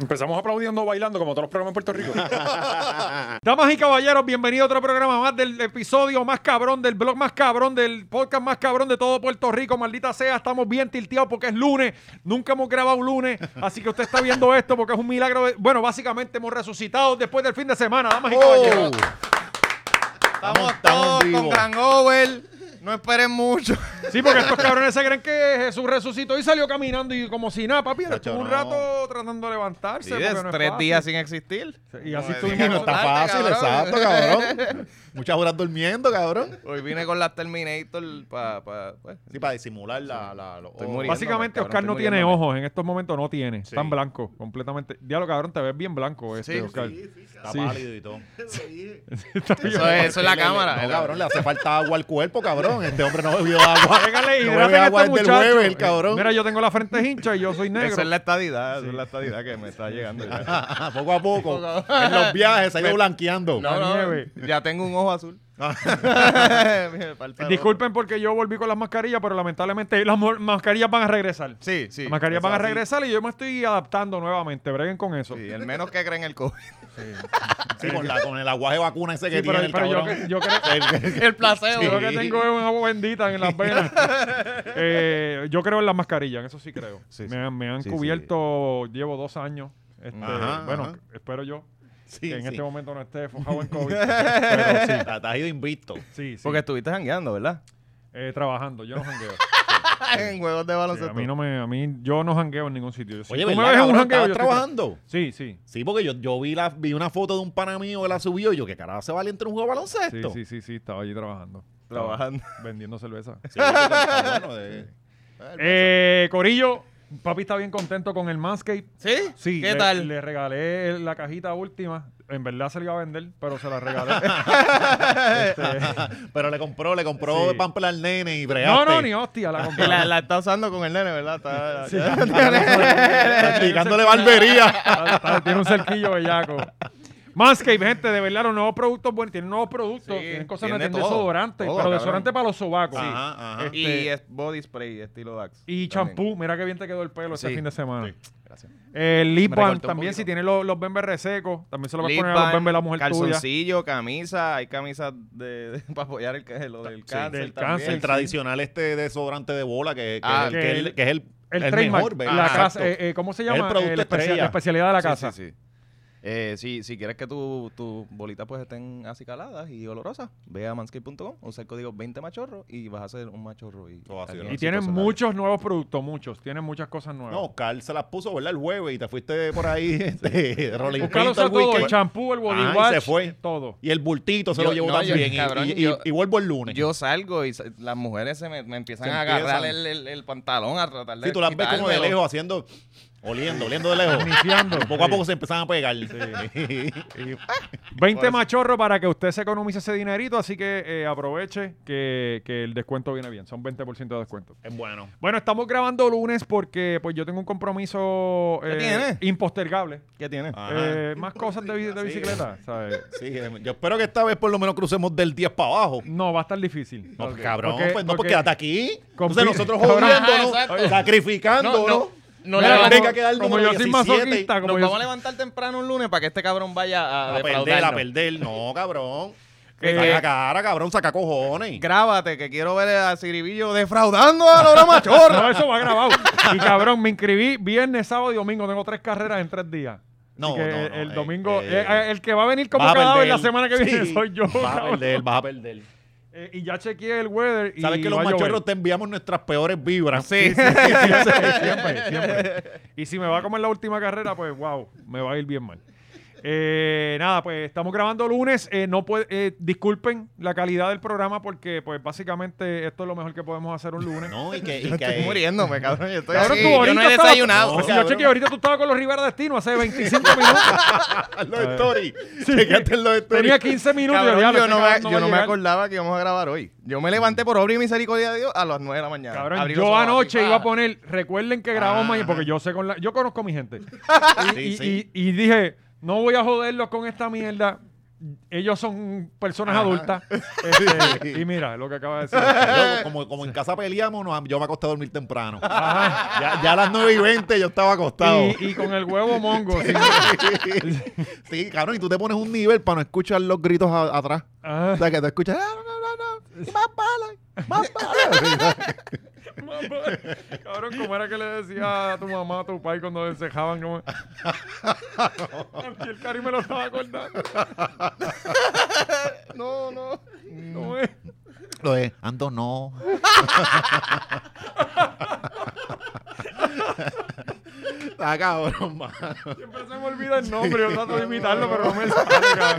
Empezamos aplaudiendo, bailando, como todos los programas en Puerto Rico. Damas y caballeros, bienvenidos a otro programa más del episodio más cabrón, del blog más cabrón, del podcast más cabrón de todo Puerto Rico. Maldita sea, estamos bien tilteados porque es lunes. Nunca hemos grabado un lunes, así que usted está viendo esto porque es un milagro. de- Bueno, básicamente hemos resucitado después del fin de semana, damas y Oh. caballeros. Estamos, estamos todos con vivos. hangover. No esperen mucho. Sí, porque estos cabrones se creen que Jesús resucitó y salió caminando y como si nada, papi, Chacho, estuvo un no. rato tratando de levantarse. porque no es tres fácil. días sin existir. Y así No, estuvimos diga, no está nosotros. Tarde, fácil, exacto, cabrón. Muchas horas durmiendo, cabrón. Hoy vine con las Terminator para... Pa, pues. Sí, para disimular la, la, los Estoy ojos. muriendo. pues, Básicamente, cabrón, Oscar no estoy tiene muriéndome. ojos. En estos momentos no tiene. Está en blanco, completamente. Diablo, cabrón, te ves bien blanco este, Sí, Oscar. Está Sí. pálido y todo. Está bien. Eso es, eso es la Le- le- cámara. No, El- cabrón, le hace falta agua al cuerpo, cabrón. Este hombre no bebió agua. Pégale, no hidraten bebe a agua este desde el muchacho. jueves, el cabrón. Mira, yo tengo la frente hincha y yo soy negro. Esa es la estadidad, esa es la estadidad que me está llegando. ya. Ah, poco a poco. en los viajes se ha ido blanqueando. No, Ah. La no, nieve. ya tengo un ojo azul. Me falta el Disculpen porque yo volví con las mascarillas, pero lamentablemente las mo- mascarillas van a regresar. otro. Sí, sí. las mascarillas van a eso así. regresar y yo me estoy adaptando nuevamente. Breguen con eso. Sí, el menos que creen el COVID. Sí, con, la- con el aguaje vacuna ese Sí, que pero, tiene el pero yo, cabrón. que- yo creo... el placebo. Yo lo que tengo es un agua bendita en las venas. Eh, yo creo en las mascarillas, en eso sí creo. Sí, me, sí. han- me han Sí, cubierto, llevo dos años. este, Ajá, bueno, ajá. espero yo Sí, que en sí. este momento no esté fojado en COVID. pero sí, Te- te has ido invicto. sí, sí. Porque estuviste jangueando, ¿verdad? Eh, trabajando, yo no jangueo. en juegos de Sí, baloncesto. a mí no me, a mí, yo no jangueo en ningún sitio. Yo sí- Oye, tú me ¿verdad, ves en un cabrón? jangueo, ¿Estabas yo estoy- trabajando? Sí, sí. Sí, porque yo, yo vi, la, vi una foto de un pana mío que la subió y yo, ¿qué carajo se vale entre un juego de Sí, baloncesto? sí, sí, sí, estaba allí trabajando. Trabajando. Estaba Vendiendo cerveza. Sí, está bueno de- Eh, Corillo, papi está bien contento con el Manscape. ¿Sí? Sí, ¿Qué le, tal? le regalé la cajita última. En verdad se la iba a vender, pero se la regalé. Pero le compró, le compró Sí. pamper al nene y no, bregaste. no, ni hostia, la compré. Y la, la está usando con el nene, ¿verdad? Está, Practicándole barbería. Está- está- Tiene un cerquillo bellaco. Manscape, gente, de verdad, los nuevos productos, bueno, tienen nuevos productos, Sí, tienen cosas, tiene tienen todo, desodorante, todo, pero cabrón. desodorante para los sobacos. Ajá, ajá. Y es body spray estilo Dax. Este Y También. champú, mira qué bien te quedó el pelo este Sí, fin de semana. Gracias. El lip Me balm recorté un también, poquito. si tiene los, los bembes resecos, también se lo vas a Lip poner a los balm, bembes de la mujer tuya. calzoncillo, camisa, hay camisas de, de- para apoyar el, ca- lo del Sí, cáncer del también. cáncer. El tradicional este desodorante de bola que, que Ah, es el- que el- el- que es el, El, el trademark, mejor. ¿verdad? la Exacto. casa- eh, eh, ¿Cómo se Es el llama? producto la, especia- estrella. la especialidad de la Sí, casa. Sí, sí. Eh, si, si quieres que tu- tus bolitas pues estén así caladas y olorosas, ve a manscape.com, usa el código 20 machorro y vas a hacer un machorro. Y, Todo Oh, así, alguien ¿no? Y exitoso tienen en la vida. muchos nuevos productos, muchos. Tienen muchas cosas nuevas. No, Carl se las puso, ¿verdad? El jueves y te fuiste por ahí, este, Rolling Buscar Pin todo usar el todo, el weekend. champú, el body Ah, y wash, se fue. todo. Y el bultito se Yo- lo llevó no, yo- también. y- cabrón, y, y- yo- y vuelvo el lunes. Yo salgo y sa- las mujeres se me, me empiezan Se a agarrar empiezan. el, el- el pantalón a tratar de. Sí, tú las ves como de quitármelo. lejos haciendo, oliendo, oliendo de lejos. Iniciando. poco a Sí. poco se empezaban a pegar. 20 machorros para que usted se economice ese dinerito, así que eh, aproveche que, que el descuento viene bien. Son 20% de descuento. Es bueno. Bueno, estamos grabando lunes porque pues yo tengo un compromiso ¿Qué eh, tiene? impostergable. ¿Qué tienes? Ah. Eh, más cosas de, bi- de bicicleta, ¿sabes? Sí, eh, yo espero que esta vez por lo menos crucemos del 10 para abajo. No, va a estar difícil. No, cabrón, Porque- pues no, porque- porque hasta aquí. Con- Entonces nosotros Cabrón. jodiéndonos, Ajá, exacto. sacrificándonos. No, no, no Mira, le nos vamos- venga a quedar el como número yo soy 17, masoquista, como Nos yo vamos a soy- levantar temprano un lunes para que este cabrón vaya a, A perder, a defraudarnos. perder. No, cabrón. Eh, saca cara, cabrón, saca cojones. Grábate, que quiero ver a Ciribillo defraudando a Laura Machorra. No, eso va grabado. Y cabrón, me inscribí viernes, sábado y domingo. Tengo tres carreras en tres días. No, Así que no, no, el, el eh, domingo, eh, eh, el que va a venir como Vas a cadáver perder. la semana que viene Sí, soy yo. Vas a cabrón. perder, vas a perder. Eh, y ya chequeé el weather. Y Sabes que los va a llover. machorros te enviamos nuestras peores vibras. Sí. siempre, siempre, siempre. Y si me va a comer la última carrera, pues wow, me va a ir bien mal. Eh, nada, pues estamos grabando lunes. Eh, no puede, eh, disculpen la calidad del programa porque, pues, básicamente esto es lo mejor que podemos hacer un lunes. No, y que, y que Estoy muriéndome, cabrón. Yo, estoy Cabrón, así, tú yo ahorita no he estabas- desayunado. Pues si yo cabrón. chequeé, ahorita tú estabas con los Rivera Destino hace 25 minutos. los stories. Chequeate los stories. Tenía 15 minutos. Cabrón, y diablo, yo este no, cabrón me, no yo va a no me llegar. acordaba que íbamos a grabar hoy. Yo me levanté por obra y misericordia de Dios a las 9 de la mañana. Cabrón, Abrí los yo ojos anoche así, iba a pa. poner, recuerden que grabamos mañana, porque yo sé con la, yo conozco a mi gente. Y, Sí, y- sí. y- y dije, no voy a joderlos con esta mierda. ellos son personas Ajá. adultas. Este, y mira lo que acaba de decir. Yo, como, como en casa peleamos, nos- yo me acosté a dormir temprano. Ajá. Ya, ya a las 9 y 20 yo estaba acostado. Y, y con el huevo mongo. sí. sí, cabrón, y tú te pones un nivel para no escuchar los gritos a- atrás. Ajá. O sea, que te escuchas, "Ah, no, no, no, y más bala, más bala. Cabrón, ¿cómo era que le decía a tu mamá, a tu pai cuando encejaban? ¿Cómo? Aquí el cari me lo estaba acordando. No, no. ¿Cómo es? Lo de, Ando, no. Está cabrón, mano. Siempre se me olvida el nombre, yo trato de imitarlo, pero no me sale. Ah,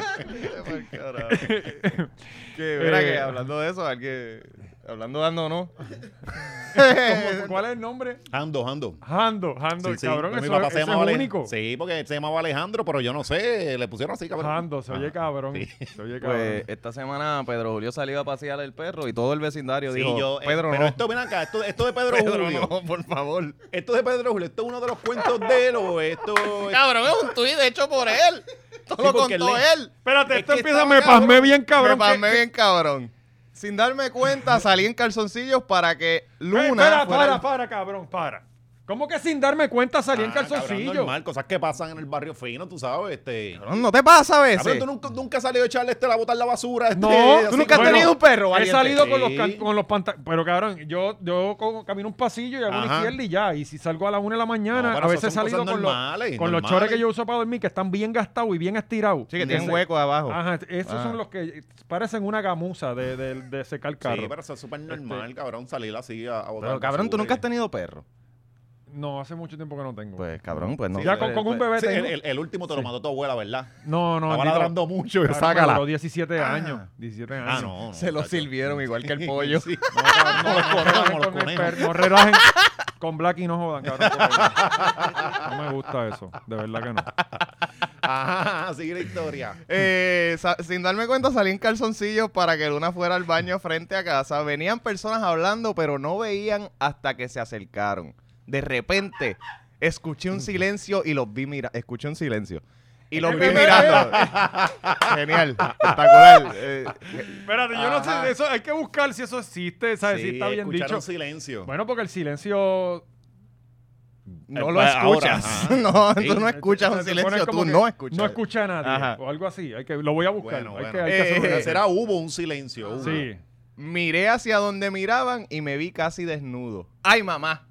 cabrón. que, mira, Eh. que hablando de eso, al que- hablando dando no. ¿Cómo- ¿Cuál es el nombre? Ando, ando. Hando, Hando, Sí, el sí. cabrón, Pues eso, mi papá se ese llamaba es Ale- único. Sí, porque se llamaba Alejandro, pero yo no sé, le pusieron así, cabrón. Hando, se oye Ajá. cabrón. Sí. Se oye cabrón. Pues esta semana Pedro Julio salió a pasear el perro y todo el vecindario Sí, dijo, yo, eh, Pedro pero no. esto, ven acá, esto, esto de Pedro, Pedro Julio. no, por favor. Esto de Pedro Julio, esto es uno de los cuentos de él o esto... Ah, Cabrón, es un tuit hecho por él. Todo Sí, lo porque contó él- él. Espérate, Es esto que empieza, estaba me pasmé cabrón. bien cabrón. Me pasmé que- bien cabrón. Sin darme cuenta, salí en calzoncillos para que Luna. Eh, Para, fuera para, el- para, cabrón, para. ¿Cómo que sin darme cuenta salí en Ah, cabrón, calzoncillo? normal, cosas que pasan en el barrio fino, tú sabes, este... Cabrón, no te pasa a veces. Cabrón, tú nunca, nunca has salido a echarle este, a botar la basura. este, No, así ¿Tú nunca has como- tenido un perro, He valiente? salido con los, Sí. can- con los pantalones. Pero cabrón, yo, yo co- camino un pasillo y hago una Ajá. izquierda y ya. Y si salgo a la una de la mañana, No, pero a eso veces he son salido cosas con, los- normales, con los normales. chores que yo uso para dormir, que están bien gastados y bien estirados. Sí, que tiene tienen hueco abajo. Ajá, esos Ah. son los que parecen una gamuza de, de- de secar carro. Este. Sí, pero eso es súper normal, cabrón, salir así a, a botar Pero cabrón, tú basura. nunca has tenido perro. No, hace mucho tiempo que no tengo. Pues cabrón, pues no. ya con, con un bebé Sí, tengo. el, el- el último te lo mandó tu abuela, ¿verdad? No, no, Estaba bendito. ladrando mucho, Cabrón, me duró 17 años. 17 años. Ah, no. no, Se lo chacho. sirvieron igual que el pollo. Sí. No, cabrón, no, Como los no relajen con conejos, como los el conejos. perro, no relajen con Blacky, no jodan, cabrón. por favor. No me gusta eso, de verdad que no. Ajá, sigue la historia. Eh, sa- sin darme cuenta salí en calzoncillos para que Luna fuera al baño frente a casa. Venían personas hablando, pero no veían hasta que se acercaron. De repente, escuché un silencio y los vi mirando. Escuché un silencio. Y los vi mirando. Genial, espectacular. Eh, Espérate, yo no sé, Ajá. de eso hay que buscar si eso existe, ¿sabes? si está bien escucharon dicho. silencio. Bueno, porque el silencio. no lo Ahora, escuchas. ajá. no, Sí. tú no escuchas se un pone silencio, como tú que no escuchas. No escucha a nadie. Ajá. O algo así. Hay que, lo voy a buscar. Bueno, hay bueno. que, hay que Eh, asegurarse. eh, Será hubo un silencio. hubo. Ah, Sí. Miré hacia donde miraban y me vi casi desnudo. ¡Ay, mamá!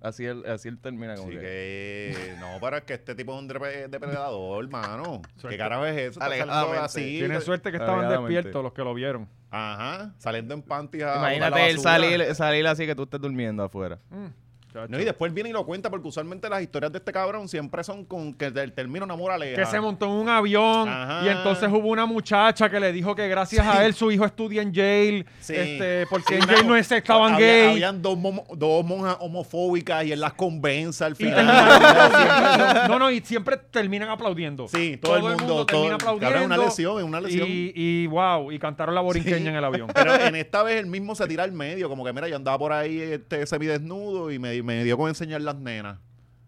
Así él, así él termina como Así que- que, no, pero es que este tipo es un dep- depredador, mano. Suerte. ¿Qué carajo es eso? Está saliendo Alegadamente. así. Tienen suerte que estaban Alegadamente. despiertos los que lo vieron. Ajá, saliendo en panties Ah, a botar la Imagínate él basura. salir, salir así que tú estés durmiendo afuera. Mm, chacho. No, y después viene y lo cuenta, porque usualmente las historias de este cabrón siempre son con que del- termina una moraleja. que se montó en un avión Ajá. y entonces hubo una muchacha que le dijo que gracias a él su hijo estudia en Yale, Sí. este, Sí, porque en una- Yale no aceptaban había- gay. Habían dos, momo- dos monjas homofóbicas y él las convence al Y final. terminaron aplaudiendo. no, no, y siempre terminan aplaudiendo. Sí, todo el mundo, todo- termina cabrón, aplaudiendo. una lesión, es una lesión. Y, y wow, y cantaron la borinqueña en el avión. Pero en esta vez él mismo se tira al medio, como que mira, yo andaba por ahí este, semidesnudo y me, me dio con enseñar las nenas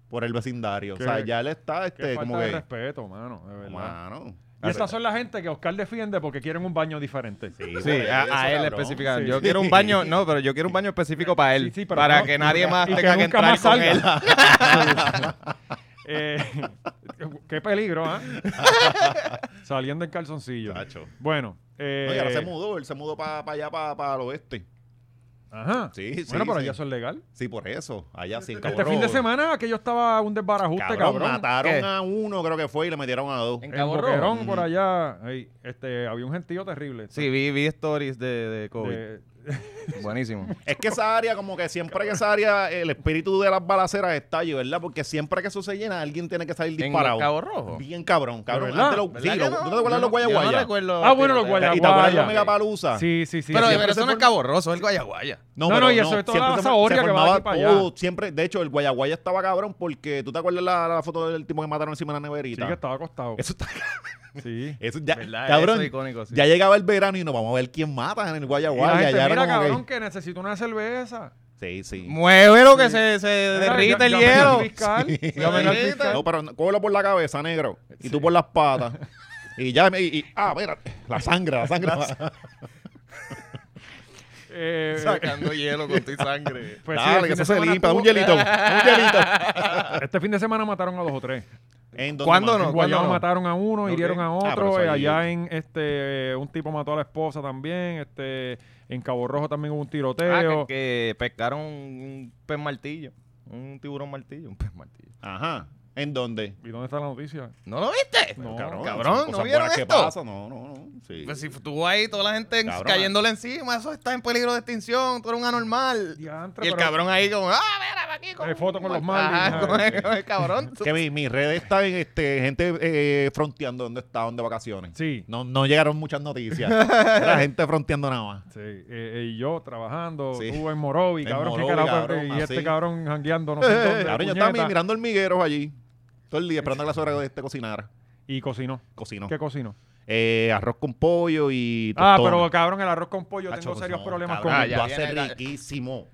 por el vecindario. Qué- o sea, ya él está Qué este, falta como de que. respeto, mano, de verdad. Mano. Y estas son la gente que Oscar defiende porque quieren un baño diferente. Sí, a, eso, a él cabrón. específicamente. Sí. Yo quiero un baño, no, pero yo quiero un baño específico para él. Sí, sí, pero para no- que nadie más y tenga que, nunca entrar más con salga. él. Eh, qué peligro, ¿ah? Saliendo en calzoncillo. Chacho. Bueno. Eh, No, y ahora se mudó, él se mudó para allá, para el oeste. Ajá. Sí, sí, Bueno, pero sí. ya eso es legal. Sí, por eso. Allá sí, Este fin de semana aquello estaba un desbarajuste, Cabrón, cabrón. mataron ¿Qué? a uno, creo que fue, y le metieron a dos. En En Cabo Rojo. Boquerón, por Ujú. allá, ay, este, había un gentío terrible. Sí, vi, vi stories de, de COVID. De- Buenísimo. Es que esa área, como que siempre que esa área, el espíritu de las balaceras está allí, ¿verdad? Porque siempre que eso se llena, alguien tiene que salir ¿En disparado. Cabo Rojo? Bien cabrón, cabrón. verdad? Antes lo- ¿Verdad sí, que lo- no? ¿tú te acuerdas Yo los guayaguayas? Yo no recuerdo. Ah, bueno, los tiroteo. guayaguayas. ¿Y te acuerdas de Guaya. Omega Palusa? sí, sí, sí. Pero, sí. siempre pero eso se no es form- Cabo Rojo, es el guayaguaya. No, no, y eso es toda siempre la se- zahorria se que va formaba aquí para allá. todo, Siempre, de hecho, el guayaguaya estaba cabrón porque tú te acuerdas la, la foto del tipo que mataron encima de la Sí, neverita. que estaba acostado. Eso está Sí. eso ya, ¿Verdad? cabrón. Eso es icónico, sí. Ya llegaba el verano y nos vamos a ver quién mata en el Y la guayaguaya. gente, ya era mira, como que- cabrón, que... necesito una cerveza. Sí, sí. Muévelo que se, se derrite el hielo. Fiscal, Llame al fiscal. No, pero no- cógelo por la cabeza, negro. Y tú por las patas. Y ya me. y- y- ah, mira, la sangre, la sangre. Eh, Sacando hielo con tu sangre. pues sí, el Dale, fin que de eso se semana limpia, un tuvo- hielito, un hielito. Este fin de semana mataron a dos o tres. ¿En dónde ¿Cuándo más? no? en Guayama ¿cuándo mataron a uno, Ok. hirieron a Ah, otro. pero eso eh, ahí- allá en este, un tipo mató a la esposa también. Este, en Cabo Rojo también hubo un Ah, que, tiroteo. que pescaron un pez martillo. Un tiburón martillo, un pez martillo. Ajá. ¿En dónde? ¿Y dónde está la noticia? ¿No lo viste. No, cabrón, son ¿no cosas vieron buenas que esto? pasan. No, no, no. Sí. Pues si tú ahí, toda la gente Cabrón. eh. cayéndole encima, eso está en peligro de extinción, tú eres un anormal. Diantre, y el pero- cabrón ahí como, ah, mira, pa' aquí. Con Hay foto con los Ajá, Marlins, con ajá, el, con el cabrón. que mi, mi red está en este, gente eh, fronteando donde estaban de vacaciones. Sí. No, no llegaron muchas noticias. La gente fronteando nada más. Sí, eh, eh, y yo trabajando, Sí. tú en Morovi, En cabrón, qué Morovi, carajo, cabrón, y así. este cabrón jangueando, no sé en dónde, Cabrón, yo puñeta, estaba mirando hormigueros allí todo el día esperando a que la suegra de este cocinara. y cocinó. Cocinó. ¿Qué cocinó? Eh, arroz con pollo y Ah, tostones. pero cabrón, el arroz con pollo, Hacho, tengo pues serios no, problemas cabrón, con Ah, él. ya. Lo hace viene la- riquísimo.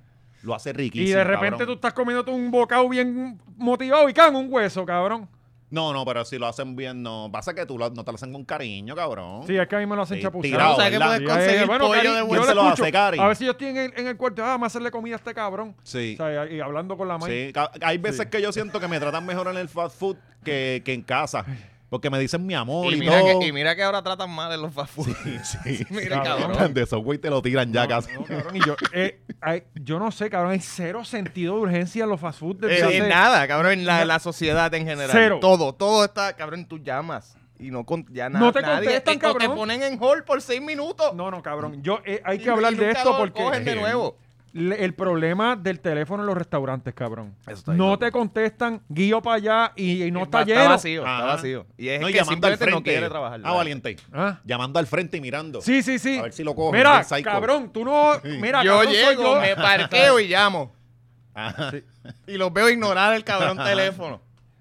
Lo hace riquísimo. Y de repente tú cabrón. estás comiéndote un bocado bien motivado y can un hueso, cabrón. No, no, pero si lo hacen bien, no. Pasa que tú lo- no te lo hacen con cariño, cabrón. Sí, es que a mí me lo hacen Sí, chapuzado. tirado, O sea, ¿verdad? Eh, puedes que- conseguir yo dije, pollo Cari, de yo ¿Quién lo se lo escucho. hace, Cari? A ver si yo estoy en el, en el cuarto, ah, vamos a hacerle comida a este cabrón. Sí. O sea, y hablando con la mamá. Sí, ca- hay veces Sí. que yo siento que me tratan mejor en el fast food que, que en casa. Porque me dicen mi amor y, Y mira, todo. que, y mira que ahora tratan mal de los fast food. Sí, mira, cabrón. cabrón. De esos güey te lo tiran ya No, casi. no, cabrón, y yo, eh, ay, yo no sé, cabrón, hay cero sentido de urgencia en los fast food. desde Eh, hace- en nada, cabrón, en la, la sociedad en general. Cero. Todo, todo está, cabrón, tú llamas y no con, ya na- No te nadie- contestan, y co- cabrón. Te ponen en hold por seis minutos. No, no, cabrón. Yo, eh, hay Y- que hablar y de nunca esto lo cogen porque de eh, nuevo. le- el problema del teléfono en los restaurantes, cabrón. Eso está No bien. te contestan, guío para allá y, y no Va- está, lleno. vacío, está Ajá. vacío. Y es No, y que llamando al simplemente frente. no quiere trabajar. Ah, valiente. Ah. Llamando al frente y mirando. Sí, sí, sí. A ver si lo cogen, Mira, el psycho. cabrón, tú no. Mira, yo cabrón, soy llego, yo. me parqueo y llamo. Ajá. Y los veo ignorar el cabrón teléfono.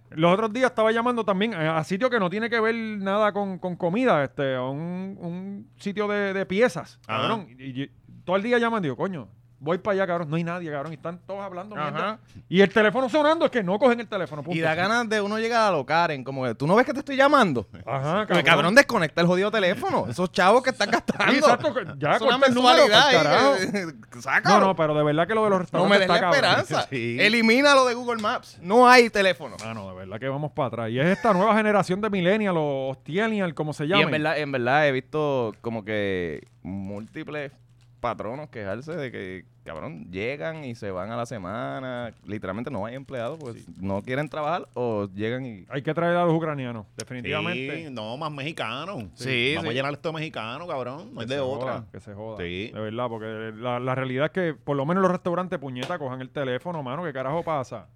Los otros días estaba llamando también a a sitio que no tiene que ver nada con, con comida, este, a un, un sitio de, de piezas, Ah. Ajá. cabrón. Y, y- todo el día llaman, digo, coño, voy para allá, cabrón, no hay nadie, cabrón, y están todos hablando. Ajá. mierda. Y el teléfono sonando, es que no cogen el teléfono. punto. Y da ganas de uno llegar a lo Karen, como que, ¿tú no ves que te estoy llamando? Ah, Ajá, El cabrón desconecta el jodido teléfono. Esos chavos que están gastando. Sí, exacto, que ya Es una corta el número, mensualidad pa'l carajo. ahí, que- que- sácalo. No, no, pero de verdad que lo de los No restaurantes me des la está cabrón. esperanza. Sí. Elimina lo de Google Maps. No hay teléfono. Mano, de verdad que vamos para atrás. Y es esta nueva generación de millennials o hostilians, como se Y llama. en verdad, en verdad he visto como que múltiples patronos quejarse de que, cabrón, llegan y se van a la semana. Literalmente no hay empleados porque no quieren trabajar o llegan y... Hay que traer a los ucranianos, Sí, definitivamente. no, más mexicano. Sí, Vamos sí. a llenar esto de mexicano, cabrón. No es de se otra. joda, que se joda. Sí. De verdad, porque la, la realidad es que por lo menos los restaurantes puñeta cojan el teléfono, mano, ¿qué carajo pasa?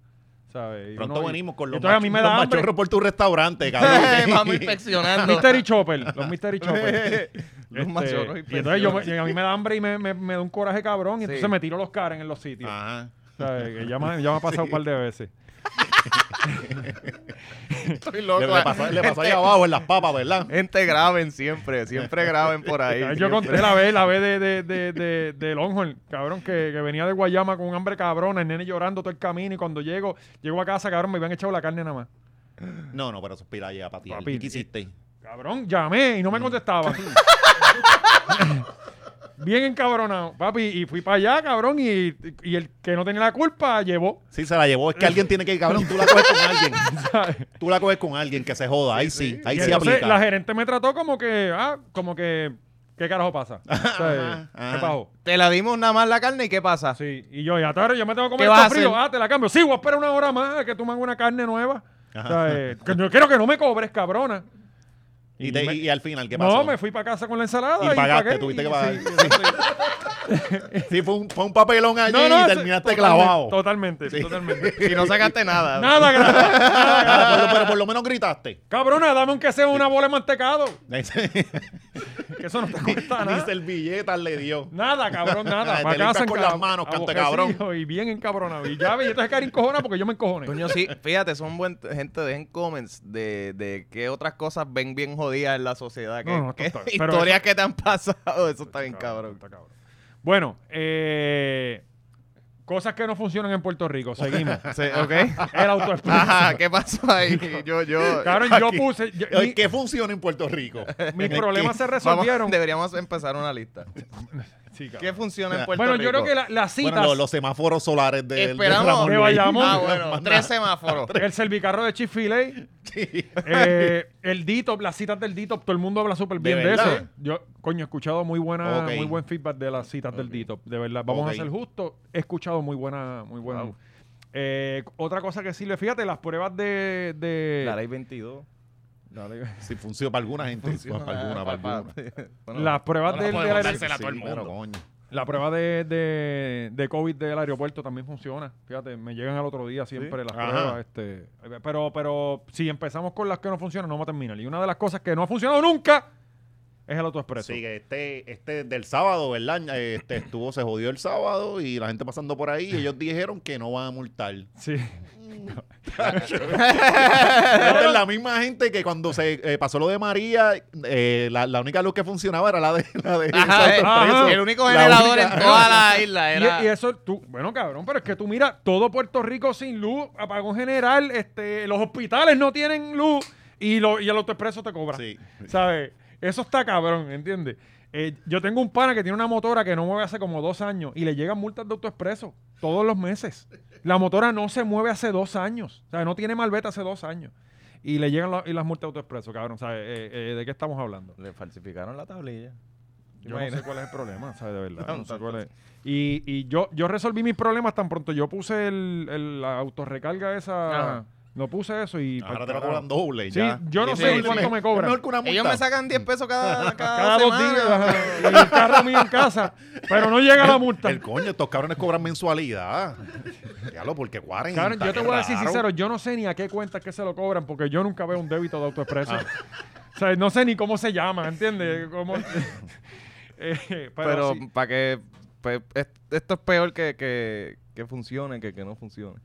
¿Sabes? Y Pronto uno- y- venimos con los, entonces a mí machi- me los da hambre. machorros por tu restaurante, cabrón. Vamos inspeccionando. Mystery Chopper, los Mystery Chopper. Los Este, machorros y entonces yo me- y a mí me da hambre y me, me- me da un coraje cabrón y Sí. Ah. entonces me tiro los Karen en los sitios. Ajá. ¿Sabes? Que ya, me, ya me ha pasado un par de veces. Estoy Le, loco. le pasa, le pasa ahí este abajo en las papas, ¿verdad? Gente, graben siempre. Siempre graben por ahí. Yo siempre. conté la vez, la vez de, de, de, de, de Longhorn, cabrón, que, que venía de Guayama con un hambre cabrón, el nene llorando todo el camino y cuando llego, llego a casa, cabrón, me habían echado la carne nada más. No, no, pero eso es pila ya, para ti. Papi, eh, ¿Qué hiciste? Cabrón, llamé y Mm. no me contestaban. Bien encabronado, papi, y fui para allá, cabrón, y, y el que no tenía la culpa llevó. Sí, se la llevó. Es que alguien tiene que ir, cabrón. Tú la coges con alguien. ¿sabes? Tú la coges con alguien que se joda. Ahí sí, ahí Y sí entonces aplica. la gerente me trató como que, ah, como que, ¿qué carajo pasa? O sea, ajá. ¿Qué pasó? Te la dimos nada más la carne y ¿qué pasa? Sí, y yo, ya tarde, yo me tengo que ¿Qué comer vas esto a frío. hacer? Ah, te la cambio. Sí, voy a esperar una hora más a que tú me hagas una carne nueva. O sea, eh, que yo quiero que no me cobres, cabrona. y, te- me- y al final, ¿qué pasó? no, me fui para casa con la ensalada. Y pagaste, pagué, tuviste y- que pagar. sí, sí. Sí, fue un, fue un papelón allí No, no, y sí, totalmente, terminaste clavado. Totalmente, totalmente. Y no sacaste nada. Nada, gracias. Ah, por lo- pero por lo menos gritaste. Cabrona, dame aunque sea una bola de mantecado. Ni Que eso no te cuesta nada. servilletas le dio. Nada, cabrón, nada. Te Pa' limpias casa, con enca- las manos, canto de abojecillo, Y bien encabronado. Y ya, ve, y entonces Karin cojona porque yo me encojoné. Coño, sí, fíjate, son buen gente, dejen comments de, de qué otras cosas ven bien jodidas en la sociedad. Que, No, no, esto que está- pero historias que te han pasado, eso está bien cabrón. Está cabrón. Bueno, eh, Cosas que no funcionan en Puerto Rico. Seguimos. Sí, ¿Ok? El autoexpreso. Ajá, ¿qué pasó ahí? Yo, yo... Cabrón, yo Aquí. puse. yo- Oye, mi- ¿Qué funciona en Puerto Rico? mis problemas se Vamos, resolvieron. deberíamos empezar una lista. Sí, cabrón. ¿Qué funciona en Puerto bueno, yo Rico? creo que la- las citas. Bueno, los, los semáforos solares de, de Esperamos Ramón Que Luis. vayamos. Ah, bueno, tres semáforos. el servicarro de Chick-fil-A, Sí. eh, el DITOP, las citas del DITOP, todo el mundo habla súper bien ¿De de, verdad? eso. Yo, coño, he escuchado muy buena, Ok. muy buen feedback de las citas del DITOP, de verdad. Vamos Ok. a ser justos, he escuchado muy buena, muy buena. Wow. Eh, otra cosa que sirve, fíjate, las pruebas de... de- La ley 22. la ley- Sí, funciona para alguna gente. para alguna, para alguna. las pruebas no la del- puede del aer- contársela a todo el Sí, mundo. pero coño. la prueba de, de- de COVID del aeropuerto también funciona. Fíjate, me llegan al otro día siempre las Ajá. pruebas. Este, pero, pero si empezamos con las que no funcionan, no vamos a terminar. Y una de las cosas que no ha funcionado nunca es el autoexpreso. Sí, que este, este del sábado, ¿verdad? Este estuvo, se jodió el sábado y la gente pasando por ahí, y ellos dijeron que no van a multar. Sí. Esta es la misma gente que cuando se eh, pasó lo de María, eh, la, la única luz que funcionaba era la de la de Ajá, eh, Ajá. El único La generador única- en toda la isla era... Y, y eso tú, bueno, cabrón, pero es que tú mira, todo Puerto Rico sin luz, apagón general, este, los hospitales no tienen luz y, lo, y el autoexpreso te cobra. Sí. ¿Sabes? Eso está cabrón, ¿entiendes? Eh, yo tengo un pana que tiene una motora que no mueve hace como dos años y le llegan multas de autoexpreso todos los meses. La motora no se mueve hace dos años. O sea, no tiene malveta hace dos años. Y le llegan la- y las multas de autoexpreso, cabrón. ¿Sabes? Eh, eh, ¿De qué estamos hablando? Le falsificaron la tablilla. Yo no sé cuál es el problema, ¿sabes? De verdad. No, no sé tanto. cuál es. Y, y yo, yo resolví mis problemas tan pronto. Yo puse el, el- la autorrecarga esa. Ajá. No puse eso y. pa'l Ahora te lo carajo. cobran doble. Sí, ya. yo no sé Es cuánto me mejor- cobran. es Mejor que una multa. Ellos me sacan 10 pesos cada, cada, Cada dos semana. días. ajá. Y el carro mío en casa. Pero no llega la multa. El coño, estos cabrones cobran mensualidad. Diablo, porque 40. Cabrón, yo te qué voy a decir raro. sincero, yo no sé ni a qué cuenta que se lo cobran, porque yo nunca veo un débito de autoexpreso. O sea, no sé ni cómo se llama, ¿entiendes? Cómo- Eh, pero Pero sí. para que... pues, es- esto es peor que, que, que funcione que que no funcione.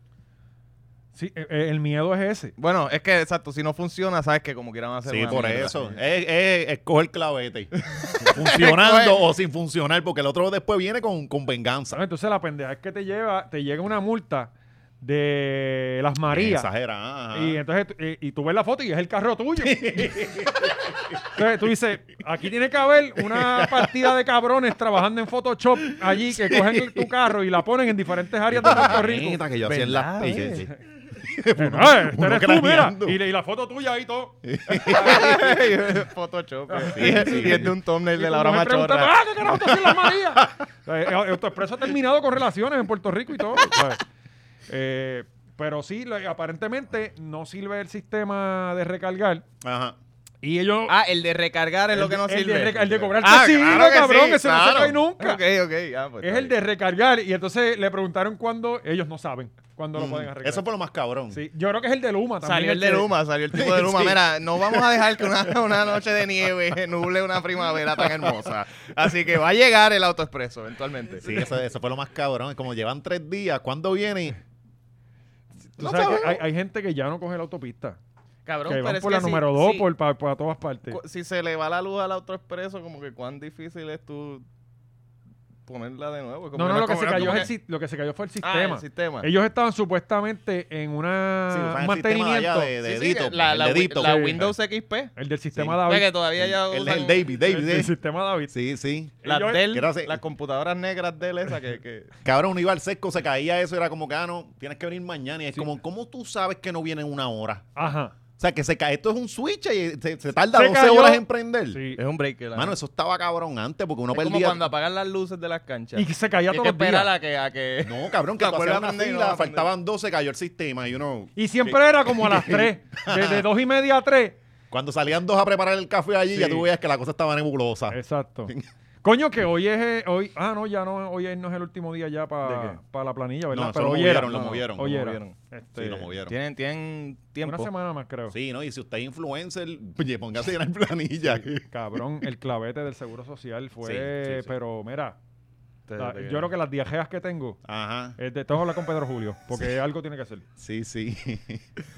Sí, eh, eh, el miedo es ese. Bueno, es que exacto, si no funciona, sabes que como quieran hacer Sí, una por mierda. eso. Es, es escoger clavete. Funcionando o sin funcionar, porque el otro después viene con, con venganza. ¿Sabes? Entonces la pendeja es que te lleva, te llega una multa de las Bien Marías. Exagera. ajá. Y entonces tú- y, y tú ves la foto y es el carro tuyo. entonces tú dices, aquí tiene que haber una partida de cabrones trabajando en Photoshop allí que cogen el- tu carro y la ponen en diferentes áreas de Puerto Rico. Puñeta, que yo hacía en las ¿Verdad, sí, sí. Pero, eh, este uno eres tú, mira. craneando. Y, le- y la foto tuya ahí todo. Photoshop. Sí, y, es- sí. y es de un Y thumbnail de tu la hora mujer preguntando, machorra. ¡Ah, qué carajo tú haces en las Marías! O sea, eh, Autoexpreso ha terminado con relaciones en Puerto Rico y todo. o sea, eh, pero sí, lo- aparentemente no sirve el sistema de recargar. Ajá. Y ellos... Ah, el de recargar es lo que no el de sirve. reca- el de cobrar Ah, casino, que cabrón, ese no se cae nunca. Ok, ok. ah, pues Es está el de bien. recargar. Y entonces le preguntaron cuándo. Ellos no saben cuándo lo Mm, pueden arreglar. Eso fue lo más cabrón. Sí, yo creo que es el de Luma también. este. Salió el que- de Luma, salió el tipo de Luma. Sí. Mira, no vamos a dejar que una, una noche de nieve nuble una primavera tan hermosa. Así que va a llegar el autoexpreso eventualmente. Sí, eso, eso fue lo más cabrón. Es como llevan tres días. ¿Cuándo viene? Tú No sabes que hay, sabemos. hay gente que ya no coge la autopista. Cabrón, que van es por que la si- número 2, si- por, pa- para todas partes. cu- Si se le va la luz al autoexpreso, como que cuán difícil es tú ponerla de nuevo. Como No, no, es lo que, como- se como cayó es que- el, si- lo que se cayó fue el Ah, sistema. el sistema. Ellos estaban supuestamente en Sí, una, usan un el sistema de allá Ah, mantenimiento. de, de Sí, sí, que Dito, la, el la de Wi- Dito. la Sí. Windows XP. O El del sistema Sí. David. sea que todavía ya El, usan el David, el del David. sistema David. Sí, sí. las Ellos- Dell, Quiero hacer- las computadoras negras Dell esa que, que- Cabrón, uno iba al sesco, se caía eso, era como que, ah, no, tienes que venir mañana. Y es como, ¿cómo tú sabes que no viene en una hora? Ajá. O sea, que se cae, esto es un switch y se, se tarda Se 12 cayó. horas en prender. Sí. es un breaker. la Mano, neta. eso estaba cabrón antes porque uno es como perdía... cuando apagan las luces de las canchas. Y que se caía Hay que todos los días. esperar a que, a que... No, cabrón, que ¿Te tú hacías acuerdas una dónde no? fila, ¿Dónde? faltaban 12, cayó el sistema y uno... Y siempre era como a las 3. Desde 2 y media a 3. Cuando salían dos a preparar el café allí, ya tú veías que la cosa estaba nebulosa. Exacto. Coño, que hoy es. eh, hoy Ah, no, ya no. Hoy es- no es el último día ya para la planilla, ¿verdad? No, eso lo hoy movieron, era. lo No, movieron, hoy lo era. movieron. Este, Sí, lo movieron. Tienen, tienen tiempo. Una semana más, creo. Sí, ¿no? Y si usted es influencer, oye, póngase a llenar planilla. Cabrón, el clavete del seguro social fue. Sí, sí, sí. Pero mira, Te- la- te- yo creo que las diajeas que tengo. Ajá. es de- tengo que hablar con Pedro Julio, porque algo tiene que hacer. Sí, sí.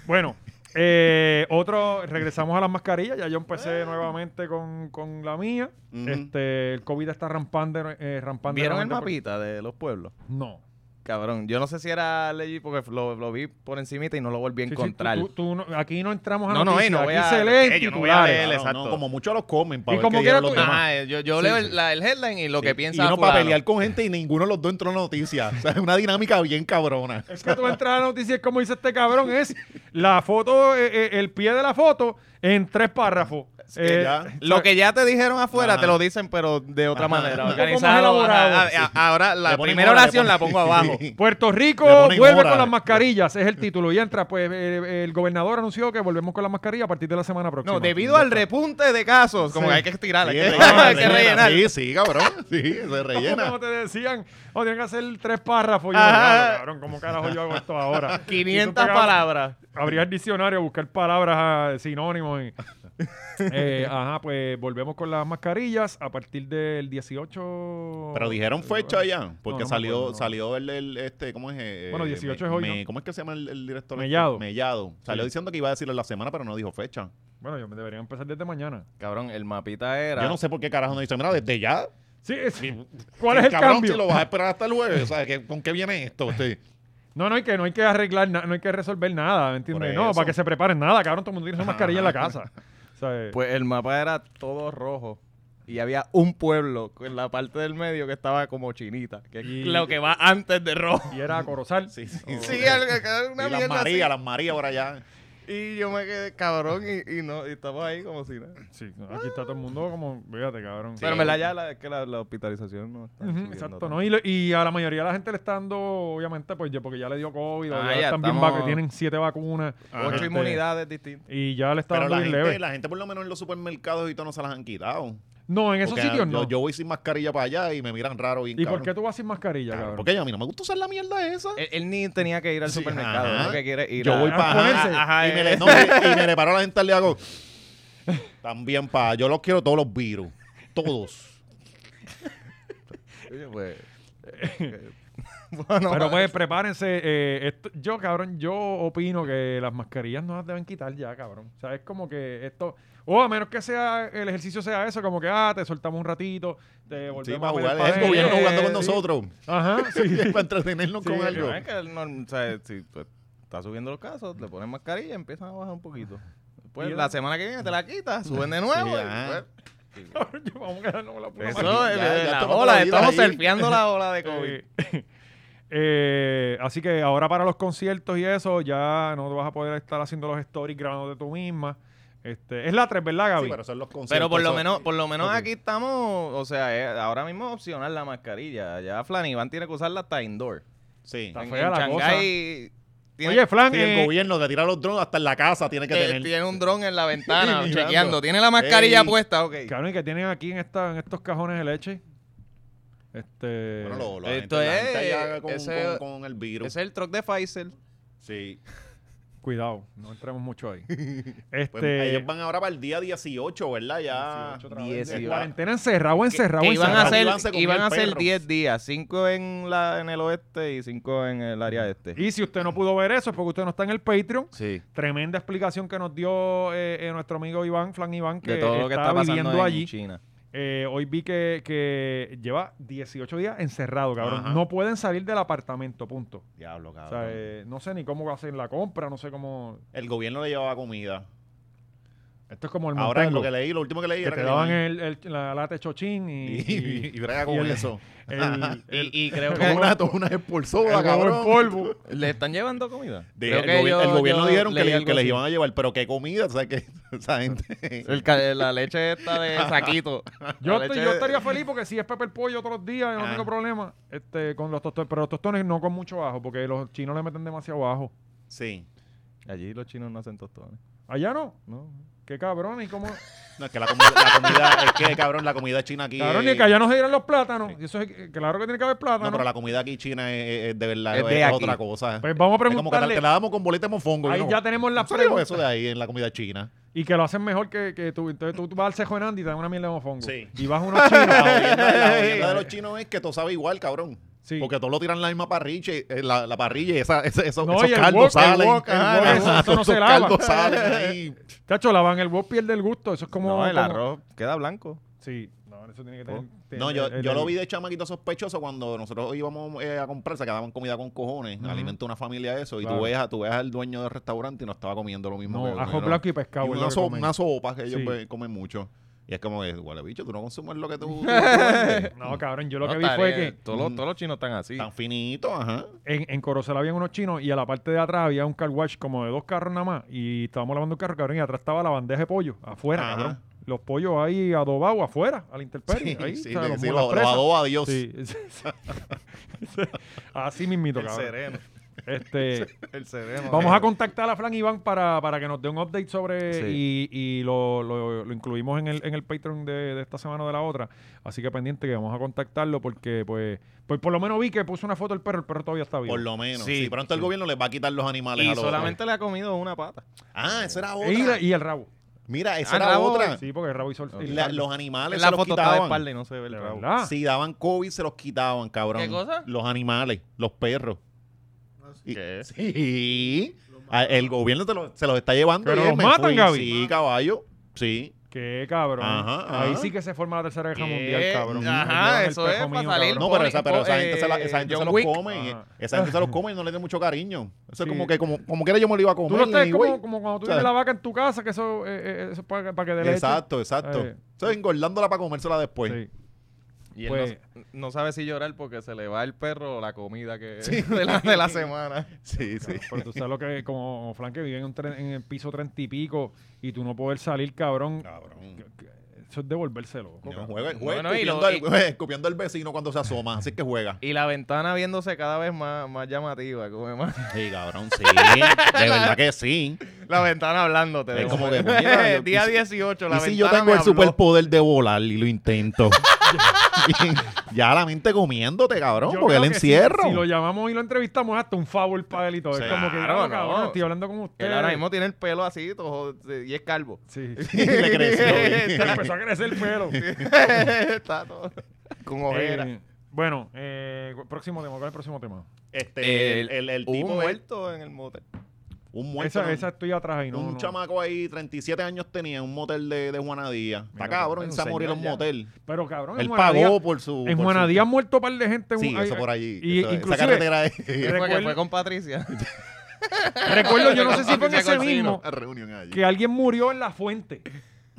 Bueno, eh, otro, regresamos a las mascarillas. Ya yo empecé nuevamente con, con la mía. Eh. Ujú. Este, el COVID está rampando, eh, rampando. ¿Vieron el nuevamente por- mapita de los pueblos? No. cabrón. Yo no sé si era Legit porque lo, lo vi por encimita y no lo volví a Sí, sí, encontrar. tú- tú- tú no- aquí no entramos a No, no, noticias, eh, no voy aquí a- se leen eh, yo no voy a titulares. leer, Claro, exacto. No, como muchos los comen para Y ver como qué quiera diablos los tú- demás. Ajá, yo, yo leo el, la- el headline y lo que Sí, piensa y uno para fulano. pelear con gente y ninguno de los dos entró en la noticia. O sea, es una dinámica bien cabrona. Es que tú entras a la noticia, es como dice este cabrón, es la foto, eh, eh, el pie de la foto en tres párrafos. que Eh, ya- Lo que ya te dijeron afuera Ajá. te lo dicen, pero de otra Ajá. manera. Un poco más Organizado. elaborado. ajá. A- a- Ahora la Le ponen primera hora, le oración la ponen- pongo abajo. Puerto Rico Le ponen vuelve hora. con las mascarillas, es el título. Y entra, pues eh, el gobernador anunció que volvemos con las mascarillas a partir de la semana próxima. No, debido al repunte de casos, como Sí. que hay que estirar, hay Sí, rellena, que, hay que rellenar. Sí, sí, cabrón. Sí, se Como rellena. te decían, oh, tienen que hacer tres párrafos. Y yo, Ajá. "Diablo, cabrón, ¿cómo carajo yo hago esto ahora? Y tú 500 pegabas- palabras. Abrir el diccionario, buscar palabras ah, sinónimos. y- Eh, ajá, pues volvemos con las mascarillas a partir del 18. Pero dijeron fecha ya, porque no me salió acuerdo, no. salió el, el- este, ¿cómo es? Eh, Bueno, eh, 18 me- es hoy, me- ¿no? ¿Cómo es que se llama el, el director? este? Mellado. Mellado. Salió Sí. diciendo que iba a decirlo en la semana, pero no dijo fecha. Bueno, yo me debería empezar desde mañana. Cabrón, el mapita era. Yo no sé por qué carajo no dice, mira, desde ya. Sí, es- ¿Cuál es el cabrón, cambio? Si lo vas a esperar hasta el jueves, ¿sabes? ¿Qué- ¿Con qué viene esto? Sí. No, no hay que, no hay que arreglar nada, no hay que resolver nada, ¿me entiendes? Por No, eso. para que se preparen nada, cabrón, todo el mundo tiene su mascarilla en la casa. O sea, Pues el mapa era todo rojo. Y había un pueblo en la parte del medio que estaba como chinita, que es Y- lo que va antes de rojo. y era a Corozal. Sí, sí, sí. Sí, algo- que- una y las mierda María, así. las María ahora ya. Y yo me quedé cabrón y, y no, y estamos ahí como si nada. Sí, aquí está todo el mundo como, fíjate, cabrón. Pero en verdad ya la, es que la, la hospitalización no está Ujú, subiendo exacto, tanto. ¿no? Y, lo- y a la mayoría de la gente le está dando, obviamente, pues ya- porque ya le dio COVID, o Ah, ya, ya están bien estamos- vacu- tienen siete vacunas. Ajá. Ocho Este, inmunidades distintas. Y ya le está Pero dando la bien gente, leve. la gente por lo menos en los supermercados y todo no se las han quitado. No, en esos Porque sitios yo, no. Yo voy sin mascarilla para allá y me miran raro bien ¿Y cabrón. por qué tú vas sin mascarilla, Cabrón, cabrón? Porque a mí no me gusta usar la mierda esa. Él, él ni tenía que ir al Sí, supermercado, ajá. ¿no? Que quiere ir Yo a- voy a para ponerse. allá Eh, Ajá, y, me eh. le, no, y- y me le paro a la gente al día hago también para yo los quiero todos los virus todos Oye, pues, eh, bueno, Pero pues prepárense. eh, esto- yo, cabrón, yo opino que las mascarillas no las deben quitar ya, cabrón. O sea, es como que esto... O a menos que sea el ejercicio sea eso, como que, ah, te soltamos un ratito, te volvemos sí, a para meter jugar para es el adentro. gobierno jugando con Sí. nosotros Ajá, sí. para entretenernos Sí, con eh, algo Pero es que él no- o sea, si pues, está subiendo los casos, le ponen mascarilla y empiezan a bajar un poquito. Después, Y la la- semana que viene te la quitas, suben de nuevo. Sí, y, ajá. pues, Vamos a quedarnos con la puta pues, mascarilla. eso es ya, de ya la estamos ola, jodidos estamos ahí. surfeando la ola de COVID. Eh, eh, así que ahora para los conciertos y eso, ya no vas a poder estar haciendo los stories grabando de tú misma. Este, es la 3, ¿verdad, Gaby? Sí, pero son los conciertos, Pero por lo son- menos, por lo menos ok. aquí estamos, o sea, eh, ahora mismo es opcional la mascarilla. Ya Flan Iván tiene que usarla hasta indoor. sí Está En, fea en la Shanghái tiene, Oye, Flan, Sí, eh, el gobierno te tira los drones hasta en la casa tiene que eh, tener tiene un dron en la ventana Mirando. chequeando. Tiene la mascarilla Ey. puesta, ok. cabrón, y que tienen aquí en, esta, en estos cajones de leche. Este, bueno, lo, lo- la Eh, Esto gente- la es- gente allá con, ese- con- con el Ese virus es el truck de Pfizer. sí Cuidado, no entremos mucho ahí. Pues Este, ellos van ahora para el día 18 ¿verdad? ya 18 otra vez. 18. cuarentena encerrado, encerrado, que iban a encerrado. hacer, Iván se comió iban el a hacer perro. 10 días, 5 en, la, en el oeste y 5 en el área este. Y si usted no pudo ver eso es porque usted no está en el Patreon. Sí. Tremenda explicación que nos dio eh, eh, nuestro amigo Iván, Flan Iván, que, De todo lo que está pasando viviendo en allí. China. Eh, hoy vi que, que lleva 18 días encerrado, cabrón. Ajá. No pueden salir del apartamento, punto. diablo O cabrón sea, eh, no sé ni cómo hacen la compra, no sé cómo... el gobierno le llevaba comida Esto es como el ahora montengo, lo que leí lo último que leí que era te que daban le- el, el- la lata de chochín y... y, y- y, y brega con el- eso el- el- Y, y creo Con que una, con una expulsora, el huevo cabrón. en polvo. le están llevando comida. De- Creo el, que gobi- yo- el gobierno yo dijeron que, leí le- algo que les así. iban a llevar, pero qué comida, o sea, que esa gente... El ca- la leche esta de saquito. Yo, La estoy- leche yo de- estaría feliz porque si es Pepe el Pollo todos los días, yo no Ah. tengo problema este, con los tostones. Pero los tostones no con mucho ajo, porque los chinos le meten demasiado ajo. Sí. Allí los chinos no hacen tostones. Allá no. No. Qué cabrón, y cómo... No, es que la comida, la comida- es que, cabrón, la comida china aquí... Cabrón, es- y que allá no se dieron los plátanos. Y Eso es, claro que tiene que haber No, plátanos. pero la comida aquí china es, es- es de verdad, Es es, de es aquí. otra cosa. Pues vamos a Es como que te, preguntarle... te la damos con boleta de mofongo. Ahí ¿no? ya tenemos las ¿Salió preguntas. eso de ahí en la comida china. Y que lo hacen mejor que, que tú. Entonces tú, tú vas al cejo de Nandi y te dan una mierda de mofongo. Sí. Y vas a unos chinos. La jodienda, la jodienda de los chinos es que todo sabe igual, cabrón. Sí. Porque todos lo tiran en la misma parrilla, y- eh, la, la parrilla y esa, ese- esos, No, esos y el caldos wok, el salen. wok, el Ajá, wok, eso- exacto, eso no se esos lava. caldos salen ahí. Chacho, lavan el wok, pierde el gusto. Eso es como. No, el como- arroz queda blanco. Sí. No, cabrón. Eso tiene que tener. No, tiene- yo, el- yo el- lo vi de chamaquito sospechoso cuando nosotros íbamos eh, a comprar, se quedaban comida con cojones, Ujú. alimenta una familia de eso, y Claro. tú ves, a- tú ves al dueño del restaurante y no estaba comiendo lo mismo. No, que ajo comieron. blanco y Y pescado. es lo una, que so- comen. una sopa que ellos Sí. be- comen mucho. Y es como, que, huele bicho, tú no consumes lo que tú... tú vendes". No, cabrón, yo lo No, que vi está fue bien. que Todos los, todos los chinos están así. Mm. Tan finito, ajá. en, en Corozal había unos chinos y a la parte de atrás había un car wash como de dos carros nada más. Y estábamos lavando un carro, cabrón, y atrás estaba la bandeja de pollo, afuera, Ajá. cabrón. Los pollos ahí adobados afuera, a la intemperie. Sí, Pues, ahí, sí, o sea, de- los- sí, las lo, lo presas. adoba Dios. Sí, sí, sí. Así mismito, El cabrón. sereno. Este, El sereno. vamos eh. a contactar a Fran Iván para, para que nos dé un update sobre Sí. y, y lo, lo- lo incluimos en el, en el Patreon de, de esta semana o de la otra. Así que pendiente que vamos a contactarlo porque pues, pues por lo menos vi que puso una foto del perro, el perro todavía está vivo. Por lo menos. Sí, Sí, pronto el sí. gobierno les va a quitar los animales a Y los solamente le ha comido una pata. Ah, esa era otra. y, la- y el rabo. Mira, esa Ah, era rabo, otra. Sí, porque el rabo hizo el- el La- rabo. los animales la se los foto está de quitaban. espalda y no se ve el De Ah. rabo. verdad. Si daban COVID, se los quitaban, cabrón. ¿Qué cosa? Los animales, los perros. Y- ¿Qué? Sí. Ah, El gobierno te lo- se los está llevando. Pero y los me matan, Gaby. Sí, caballo. Sí. Qué cabrón. Ajá, Ahí ajá. sí que se forma la tercera guerra ¿Qué? mundial, cabrón. Eh, Ajá, Me llevan el eso pejo es para salir. cabrón. No, Pony- pero esa, pero esa po- gente se, la- eh, esa gente se John los Wick. come. Ajá. Esa gente se los come y no le tiene mucho cariño. Eso Sí. es como que como, como quiera yo me lo iba a comer. Tú no estás anyway. como, como cuando tú O sea, tienes la vaca en tu casa, que eso, eh, eh, eso es para, para que dé leche. Exacto, pues. exacto. Eh. Estoy engordándola para comérsela después. Sí. Y él Pues- no, no sabe si llorar porque se le va el perro o la comida que de, la, de la semana. Sí, sí. Pero tú sabes lo que, como Fran que vive en, un tre- en el piso treinta y pico y tú no poder salir, cabrón. Cabrón. que- que- Eso es devolvérselo. No, juega, juega Bueno, y escupiendo, lo- al, y- juega escupiendo al vecino cuando se asoma. Así que juega. Y la ventana viéndose cada vez más, más llamativa. Como más, Sí, cabrón, sí. De verdad que sí. la ventana hablándote. de Es como momento. que, mira, yo- Día y si- 18, la y ventana si yo tengo me el habló. superpoder de volar y lo intento. Y ya la mente comiéndote, cabrón, Yo porque creo el que si- encierro. Si, lo llamamos y lo entrevistamos, hasta un favor para él y todo. Sí, es como que, claro, "Ah, cabrón, no. estoy hablando con usted. Él ahora mismo tiene el pelo así todo, y es calvo. Sí. Y le Se le creció. empezó a crecer el pelo. Está todo con ojeras. Eh, bueno, eh, próximo tema. ¿Cuál es el próximo tema? Este, el, el- el Hubo tipo. un de- muerto en el motel. un muerto, Esa, ¿no? esa estoy atrás ahí, ¿no? un no. chamaco ahí, 37 años tenía, en un motel de, de Juanadía. Mira, Está cabrón, un se ha morido en un señor ya. motel. Pero cabrón, Él en Juanadía- pagó por su. En por su- Juanadía han muerto un par de gente. Sí, un- eso ay, por allí. Y Eso- inclusive, esa carretera es. Fue que Recuerdo- fue con Patricia. Recuerdo, yo no sé si fue en Patricia ese Corsino. mismo, La reunión allí. que alguien murió en la fuente,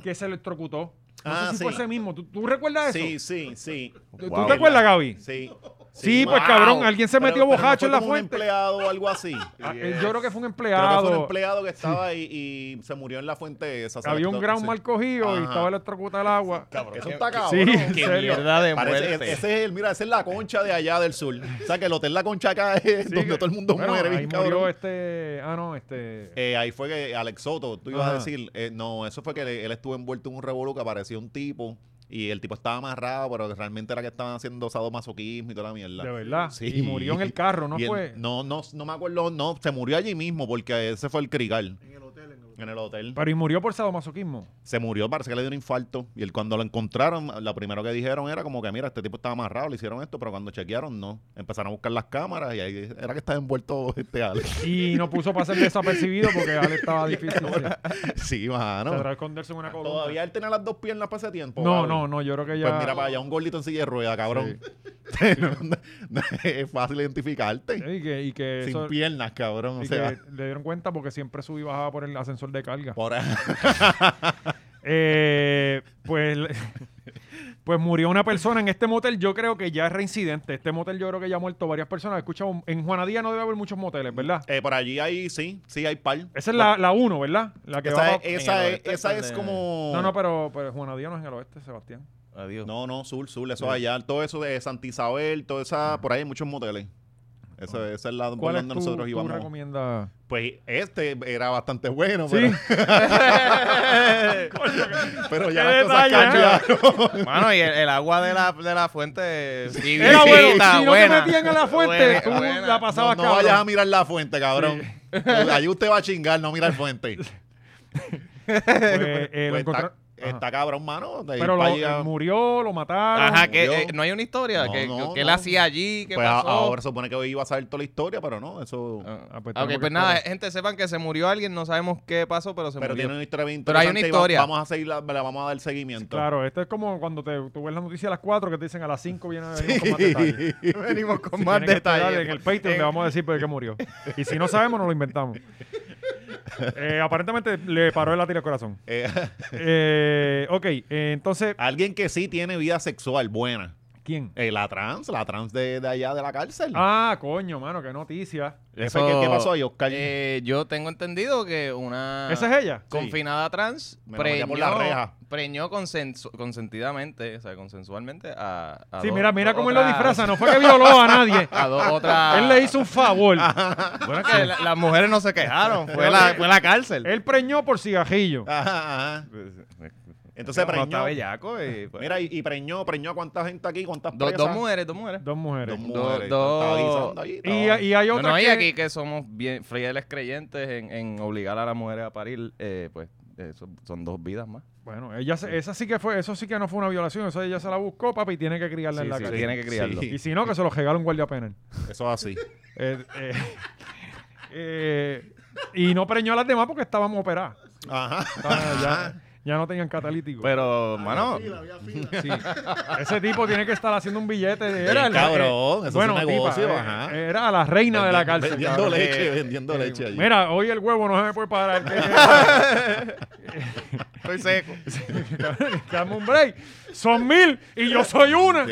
que se electrocutó. No Ah, sé si fue sí. ese mismo. ¿Tú, tú recuerdas eso? Sí, sí, sí. ¿Tú, tú Wow. te acuerdas, Gaby? Sí. Sí, pues, cabrón, alguien se metió bojacho fue en la como fuente. Un empleado o algo así. Ah, eh, Yo creo que fue un Creo que empleado. fue un empleado que estaba ahí y se murió en la fuente esa. se Había la un quitó, gran sí. mal cogido y Ajá. estaba electrocutado el agua. Eso está cabrón. Sí, en Qué serio. mierda de Parece- muerte. ese es el, mira, esa es la concha de allá del sur. O sea, que el hotel La Concha acá es Sí, donde que- todo el mundo bueno, muere. Ahí bien murió cabrón. este. Ah, no, este. Eh, ahí fue que Alex Soto, tú ibas Ajá. a decir, eh, no, eso fue que le- él estuvo envuelto en un revolú que apareció un tipo y el tipo estaba amarrado, pero que realmente era que estaban haciendo sadomasoquismo y toda la mierda. de verdad. sí. Y murió en el carro, ¿no Y él- fue? no, no, no me acuerdo, no, se murió allí mismo porque ese fue el crigal. En el hotel. En el hotel. Pero y murió por sadomasoquismo. Se murió, parece que le dio un infarto. Y él cuando lo encontraron, lo primero que dijeron era como que, mira, este tipo estaba amarrado, le hicieron esto, pero cuando chequearon, no. Empezaron a buscar las cámaras y ahí era que estaba envuelto este Alex. Y no puso para ser desapercibido porque Ale estaba difícil. sí. sí, Se mano. esconderse en una columna. Todavía él tenía las dos piernas para ese tiempo. No, Gaby. no, no, yo creo que ya. Pues mira para allá, un gordito en silla de rueda, cabrón. es fácil identificarte. Y que, y que Sin Eh, eso- piernas, cabrón. O y sea, que le dieron cuenta porque siempre subí y bajaba por el ascensor de carga. por Eh, pues, pues murió una persona en este motel. Yo creo que ya es reincidente. Este motel yo creo que ya ha muerto varias personas. He escuchado, en Juanadía no debe haber muchos moteles, ¿verdad? Eh, por allí hay, sí, sí hay par. Pues, Esa es la, la uno, ¿verdad? La que Esa va es, pa- esa en el es, oeste, esa par es de- No, como... pues, no, pero, pero Juanadía no es en el oeste, Sebastián. Adiós. No, no, sur, sur, eso allá, todo eso de Santa Isabel, toda esa, por ahí hay muchos moteles. Eso, esa es la por ¿Cuál es donde tu, nosotros tú íbamos. recomiendas? Pues este era bastante bueno, Sí. pero, pero ya las cosas detalle, cambiaron. Mano, y el, el agua de la, de la fuente. tibia, Era bueno, si no buena, te metían a la fuente, buena, tú buena. la No, pasabas no cabrón. vayas a mirar la fuente, cabrón. Pues, Allí usted va a chingar, no mira el fuente. Pues, eh, lo Pues, encontra- está cabrón, mano. de ir Pero lo- pa' allá. él murió, lo mataron. Ajá, que murió. eh, no hay una historia. No, que, no, que él no. hacía allí? ¿Qué Pues a- pasó? ahora se supone que hoy iba a saber toda la historia, pero no, eso... Ah, Ah, pues ok, tenemos pues que nada, esperar. gente, sepan que se murió alguien, no sabemos qué pasó, pero se pero murió. tiene una historia bien Pero hay una interesante y va- historia. vamos a seguirla, le vamos a dar seguimiento. Claro, esto es como cuando te, tú ves la noticia a las 4 que te dicen a las 5 viene venimos con más detalles. Venimos con Si más tienen que esperar, En el detalles. Patreon le vamos a decir por qué murió. Y si no sabemos, nos lo inventamos. Eh, aparentemente le paró el latir al corazón. Eh, Eh, ok, eh, entonces, alguien que sí tiene vida sexual buena. ¿quién? Eh, la trans, la trans de, de allá de la cárcel. Ah, coño, mano, qué noticia. Eso- ¿Qué, qué pasó ahí, Oscar? Eh, yo tengo entendido que una ¿Esa es ella? confinada trans Me la metí preñó, por la reja. preñó consensu- consentidamente, o sea, consensualmente a, a Sí, dos- mira, mira dos cómo él lo otras- disfraza. No fue que violó a nadie. A dos otras... Él le hizo un favor. Bueno, que la- las mujeres no se quejaron, fue la, fue la cárcel. Él preñó por cigajillo. Ah. Ajá, ajá. Entonces No, está preñó. bellaco y, pues, Mira, y, y preñó, preñó a cuánta gente aquí, cuántas do- presas. dos mujeres, dos mujeres. Dos mujeres. Dos mujeres. dos- Estaba guisando ahí, Y, estaba- y hay No, otra no, y que... aquí que somos bien fieles creyentes en, en obligar a las mujeres a parir, eh, pues eh, son, son dos vidas más. Bueno, ella se- esa sí que fue, eso sí que no fue una violación, eso ella se la buscó, papi, y tiene que criarla en Sí, la sí, calle. tiene que criarlo. Sí. Y si no, que se lo regala un guardia penal. Eso es así. Eh, eh, eh, y no preñó a las demás porque estábamos operadas. Ajá. Estaban- Ya, ya no tenían catalítico. Pero, mano, Sí. Ese tipo tiene que estar haciendo un billete de... Bien, el- cabrón, eso es un negocio, eh, ajá. Era la reina de la cárcel. Vendiendo cabrón. leche, Eh, vendiendo leche allí. Mira, hoy el huevo no se me puede parar. que- estoy seco. que Dame un break. Son mil y yo soy una.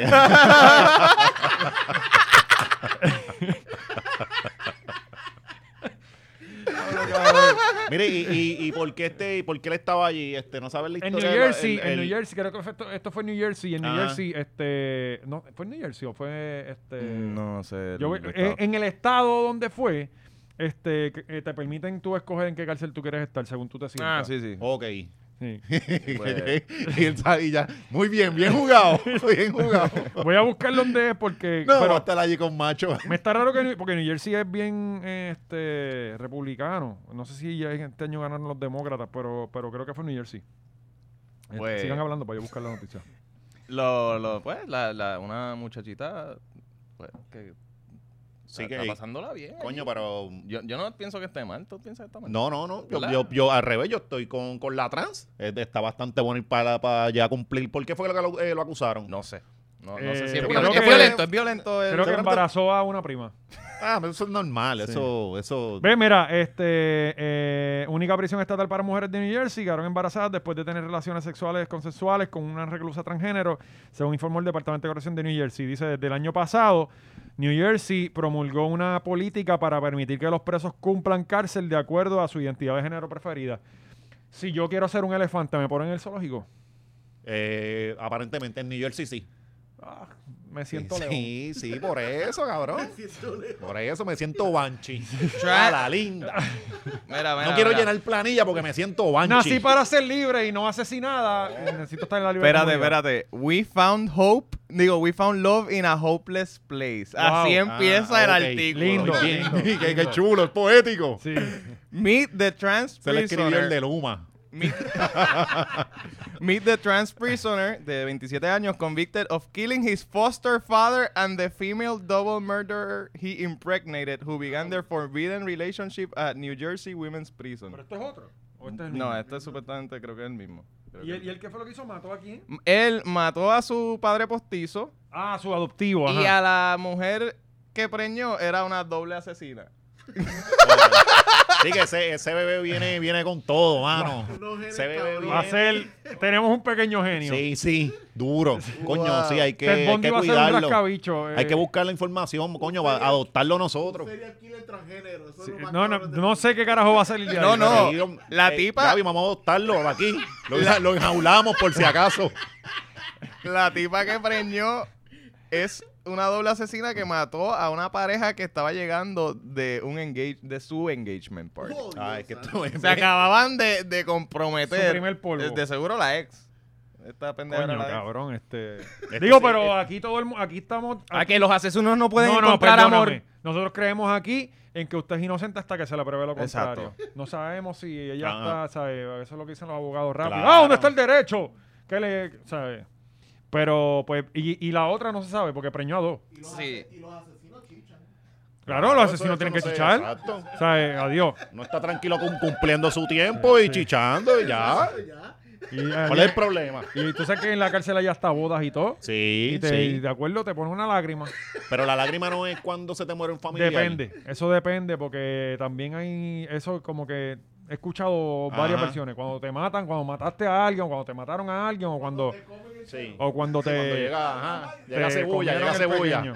Mire, y, y, y por qué este, y por qué él estaba allí, este, no sabes la En historia. New de la- Jersey, el- en New el- Jersey, creo que fue esto, esto fue en New Jersey, en New Ajá. Jersey, este, no, fue en New Jersey o fue, este, Mm, No sé. yo- el eh, estado. en el estado donde fue, este, que- eh, te permiten tú escoger en qué cárcel tú quieres estar según tú te ah, sientas. sí, sí. Ok. Sí. Pues- y él sabe ya. Muy bien, bien jugado. Bien jugado. Voy a buscar dónde es porque, No, va a pero estar allí con macho. me está raro que New- porque New Jersey es bien, eh, este, republicano. No sé si ya este año ganaron los demócratas, pero, pero creo que fue en New Jersey. Este, Pues- Sigan hablando para yo buscar la noticia. Eh, Lo, lo, pues, la, la, una muchachita, pues, que Sí está, que- está pasándola bien. Coño, ahí. pero. Yo, yo no pienso que esté mal, tú piensas que está mal. No, no, no. Yo, ¿Verdad? yo, yo al revés, yo estoy con, con la trans. Es de- Está bastante bueno ir para, para ya cumplir. ¿Por qué fue que lo, eh, lo acusaron? No sé. No, no Eh, sé si es creo violento. que- Es violento, es violento. eh. es- Creo que Seguramente- embarazó a una prima. Ah, pero eso es normal. Eso, eso. Ve, mira, este, eh, única prisión estatal para mujeres de New Jersey quedaron embarazadas después de tener relaciones sexuales consensuales con una reclusa transgénero, según informó el Departamento de Corrección de New Jersey. Dice, desde el año pasado, New Jersey promulgó una política para permitir que los presos cumplan cárcel de acuerdo a su identidad de género preferida. Si yo quiero ser un elefante, ¿me ponen en el zoológico? eh, aparentemente en New Jersey sí. Ah, me siento león. sí, sí, por eso, cabrón. Por eso me siento banshee. Tra- A la linda. Mira, mira, No quiero mira. llenar planilla porque me siento banshee. Nací para ser libre y no asesinada. Necesito estar en la libertad. Espérate, espérate. We found hope. Digo, we found love in a hopeless place. Así Wow. empieza Ah, el ok. artículo. Lindo. Bien, lindo, qué, qué lindo. chulo, es poético. Sí. Meet the trans Se le escribió el prisoner. de Luma. Meet, Meet the trans prisoner de 27 años convicted of killing his foster father and the female double murderer he impregnated who began their forbidden relationship at New Jersey Women's Prison. ¿Pero esto es otro? ¿O este es el No, mismo? este es supuestamente creo que es el mismo. Creo ¿Y que el, ¿Y el qué fue lo que hizo? ¿Mató a quién? el- Él mató a su padre postizo Ah, su adoptivo, y a la mujer que preñó era una doble asesina. Sí, que ese, ese bebé viene, viene con todo, mano. Ese bebé Va a viene. ser... Tenemos un pequeño genio. Sí, sí, duro. Coño, sí, hay que, Ted hay Bundy que va a ser un cuidarlo. rascabicho. eh. Hay que buscar la información, coño, va a adoptarlo nosotros. Sí, No, no, no sé qué carajo va a ser el día No, de hoy, pero- no. Sí, la tipa- eh, Gaby, vamos a adoptarlo de aquí. Lo, lo enjaulamos por si acaso. La tipa que preñó es una doble asesina que mató a una pareja que estaba llegando de un engage de su engagement party. Ay, que esto es- Se acababan de, de Su comprometer. primer polvo. De, de seguro la ex. Esta pendeja Coño, era la ex. cabrón, este... Este Digo, sí, pero este- Ah, aquí todo el... mu- Aquí estamos... A que los asesinos no No, no, perdóname. Nosotros creemos aquí en que usted es inocente hasta que se le pruebe lo contrario. Exacto. No sabemos si ella Ajá. está, ¿sabe? Eso es lo que dicen los abogados rápido. Claro. ¡Ah, dónde está el derecho! ¿Qué le, sabe? Pero, pues, y, y la otra no se sabe porque preñó a dos. Sí. Claro, los asesinos eso tienen no que sé, chichar. exacto. ¿Sabe? Adiós. No está tranquilo cum- cumpliendo su tiempo y chichando y ya. Y, ¿Cuál es el problema? y tú sabes que en la cárcel hay hasta bodas y todo. Sí, Y, te- y sí. de acuerdo, te pone una lágrima. Pero la lágrima no es cuando se te muere un familiar. Depende, eso depende, porque también hay eso como que he escuchado varias Ajá. versiones. Cuando te matan, cuando mataste a alguien, o cuando te mataron a alguien, o cuando, Sí. o cuando te. Cuando llega, ajá, te llega cebolla, comieron llega el cebolla. pequeño.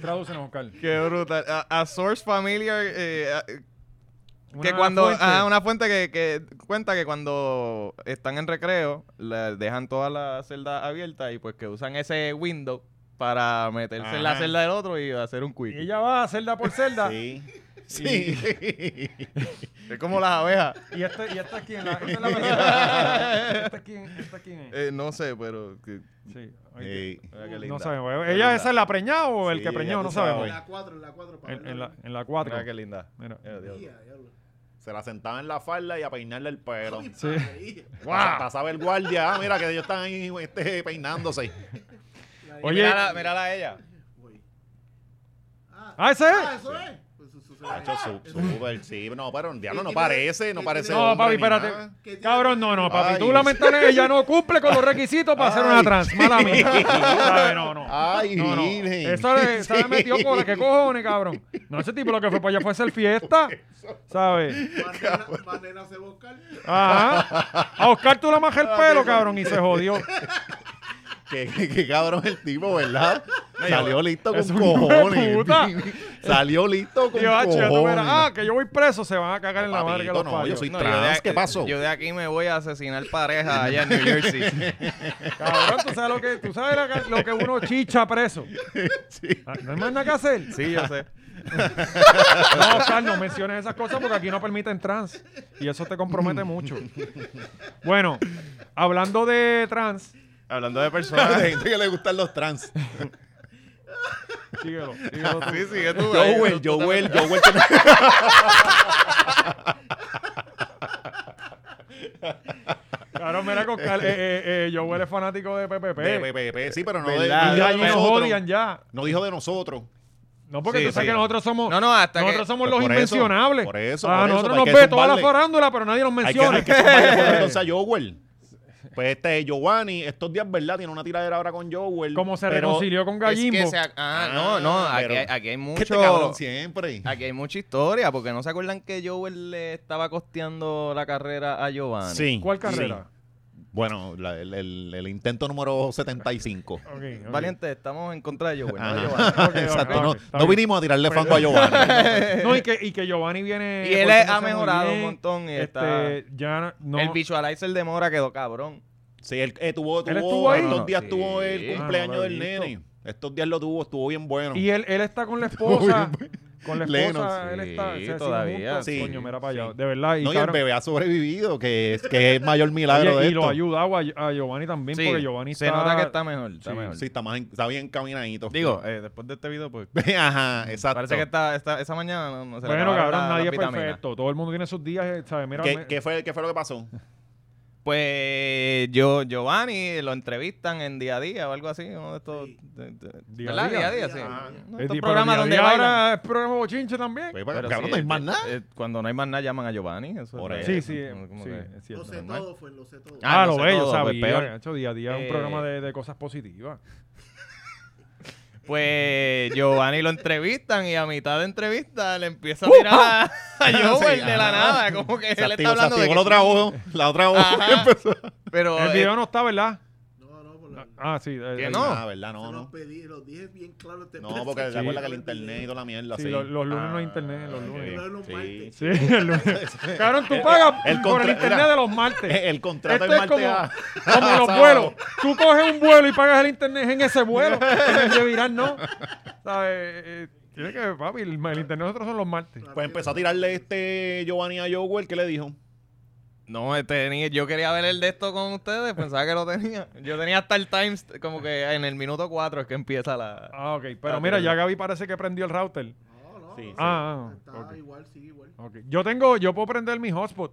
Tradúcenos, Oscar. Qué brutal. A, a Source Familiar, eh, a- que Una cuando. fuente. ah, una fuente que, que cuenta que cuando están en recreo, la- dejan todas las celdas abiertas y pues que usan ese window para meterse en la Ajá. celda del otro y hacer un Y quick. ella va celda por celda. Sí. Sí. Es como las abejas. Y esta y este es quien. La, esta es la verdad. Esta es quien, esta es quien es. Eh, no sé, pero. que- Sí. oye, Sí. mira qué linda. No sabemos. Qué ¿Ella linda. esa es la preñada o el Sí, que preñó? ya No tú sabemos. sabes. la 4, en la 4. En, en la, en la Mira 4. qué linda. Mira. Mira, Dios. Se la sentaba en la falda y a peinarle el pelo. Sí. Hasta sabe el guardia. Ah, mira que ellos están ahí este, peinándose. Oye. Mírala, mírala a ella. Ah, ¿ese es? eso es. Pues, su- su- su- Ha hecho su- súper, sí. No, pero el diablo no tiene- parece, no que parece. tiene- No, hombre papi, ni espérate. nada. que tiene- Cabrón, no, no, papi. Ay. Tú lamentablemente ella no cumple con los requisitos para hacer una Ay. trans. Mala mía. ¿Sabes? No, no. Ay, No, no. virgen. Eso le, se le metió con la que cojones, cabrón. No, ese tipo lo que fue para allá fue hacer fiesta. ¿Sabes? Banera- banera se busca. Ajá. A Oscar tú la majas Ah, el pelo, cabrón, y se jodió. Qué, qué- qué cabrón el tipo, ¿verdad? Salió listo es con un hijo de cojones. puta. Salió listo con Tío, hacho, ya tú verás, cojones. ah, que yo voy preso, se van a cagar en la madre que Papito, los no, parió. yo soy No, trans. a- ¿Qué pasó? Yo de aquí me voy a asesinar pareja allá en New Jersey. Cabrón, tú sabes lo que, tú sabes la- lo que uno chicha preso. Ah, No hay más nada que hacer. sí, yo sé. No, Oscar, no menciones esas cosas porque aquí no permiten trans. Y eso te compromete mucho. Bueno, hablando de trans, Hablando de De personas. gente que le gustan los trans. síguelo, síguelo tú. sí, sigue tú. ahí, Joel, tú te Joel, metes. Joel. Claro, mira que Oscar, eh, eh, eh, Joel es fanático de PPP. Pe- pe- pe- pe- Sí, pero no, de, ¿Verdad? no Y dijo ya de nos odian nosotros. ya. No dijo de nosotros. No, porque Sí, tú sabes sí. que nosotros somos, No, no, hasta que- nosotros somos Pues los por eso, invencionables. por eso, Ah, por eso, nosotros hay nos que ve toda la zumbarle. farándula, pero nadie nos Hay que, menciona. hay que zumbarle por entonces a Joel. Pues este Giovanni, estos días, ¿verdad? Tiene una tiradera ahora con Joel. Como se pero- reconcilió con Es Gallimbo. que se, ah, no, no, aquí, pero- hay- aquí hay Que este mucho. cabrón siempre. Aquí hay mucha historia, porque no se acuerdan que Joel le estaba costeando la carrera a Giovanni. Sí. ¿Cuál sí. carrera? Bueno, la- el, el- el intento número 75. Ok, ok. Valiente, estamos en contra de Joel, no de Ajá. Giovanni. ok, Exacto. ok, no- está no bien. vinimos a tirarle fango a Giovanni. No, y que, y que Giovanni viene. Y él portándose ha muy mejorado bien. un montón y Este, ya no. El visualizer de Mora quedó cabrón. Sí, él eh, tuvo, ¿Él tuvo estuvo ahí? estos días Sí. tuvo el Ah, cumpleaños no lo he del visto. nene. Estos días lo tuvo, estuvo bien bueno. Y eh, él, él está con la esposa. con la esposa, Lennox. él está. Sí, se siguen todavía, juntos. sí. Coño, mira para allá. Sí. De verdad. Y, no, y el cabrón, bebé ha sobrevivido, que es, que es el mayor oye, milagro de y esto. lo ha ayudado a, a Giovanni también, Sí, porque Giovanni se está. nota que está mejor. Está mejor. Sí, está, más en- está bien caminadito. Digo, eh, después de este video, pues. Ajá, exacto. Parece que está, está- esa mañana no, no se le Bueno, acabaron cabrón, la- nadie las es vitaminas. perfecto. Todo el mundo tiene sus días, eh, ¿sabes? Mira, ¿Qué, me- qué fue, ¿Qué fue lo que pasó? Pues yo, Giovanni, lo entrevistan en día a día o algo así, uno de estos. Sí. de- de- Día a ¿Verdad? día. Día a día, sí. Ajá. Uno de Eh, estos di- pero programas día a donde día bailan. ahora es programa bochinche también. Pues, pues, Pero cabrón, sí, no hay eh, más nada. eh, cuando no hay más nada, llaman a Giovanni. Eso Por es- sí, sí, eh, como- como sí, que- es Lo cierto. sé normal. todo, fue lo sé todo. Ah, Ah, no lo sé bello, todo, ¿sabes? pues, peor. Hecho, día a día es un Eh, programa de, de cosas positivas. Pues Giovanni lo entrevistan y a mitad de entrevista le empieza a tirar a, a Joel Sí, de la ajá. nada. Como que él Se está activó, se hablando de. activó la que- otra ojo. La otra ojo. Ajá. empezó. Pero El eh, video no está, ¿verdad? No, no, por la- Ah, sí. eh, Que ahí no. Ah, ¿verdad? se No, los no. pedí, los dije bien claro. te No, porque Sí. se acuerda que el internet y toda la mierda, Sí, sí. lo- los lunes no Ah, hay internet, los ok. lunes. Los lunes, los Sí. martes. Sí, el lunes. Cabrón, tú pagas el por el contra- internet mira, de los martes. Eh, El contrato Esto es es martes como- a- Como a los sábado. vuelos. Tú coges un vuelo y pagas el internet en ese vuelo. En el de virar, no. ¿Sabes? Eh, Tiene que, papi, el, el internet de nosotros son los martes. Claro. Pues empezó a tirarle este Giovanni a Joel, ¿qué le dijo? No, tenía, yo quería ver el de esto con ustedes, pensaba que lo tenía. Yo tenía hasta el times, como que en el minuto 4 es que empieza la... Ah, ok. Pero mira, ya Gaby parece que prendió el router. No, no. Sí, no, Ah, ah, Está ok. igual, sigue igual. Ok. Yo tengo, yo puedo prender mi hotspot.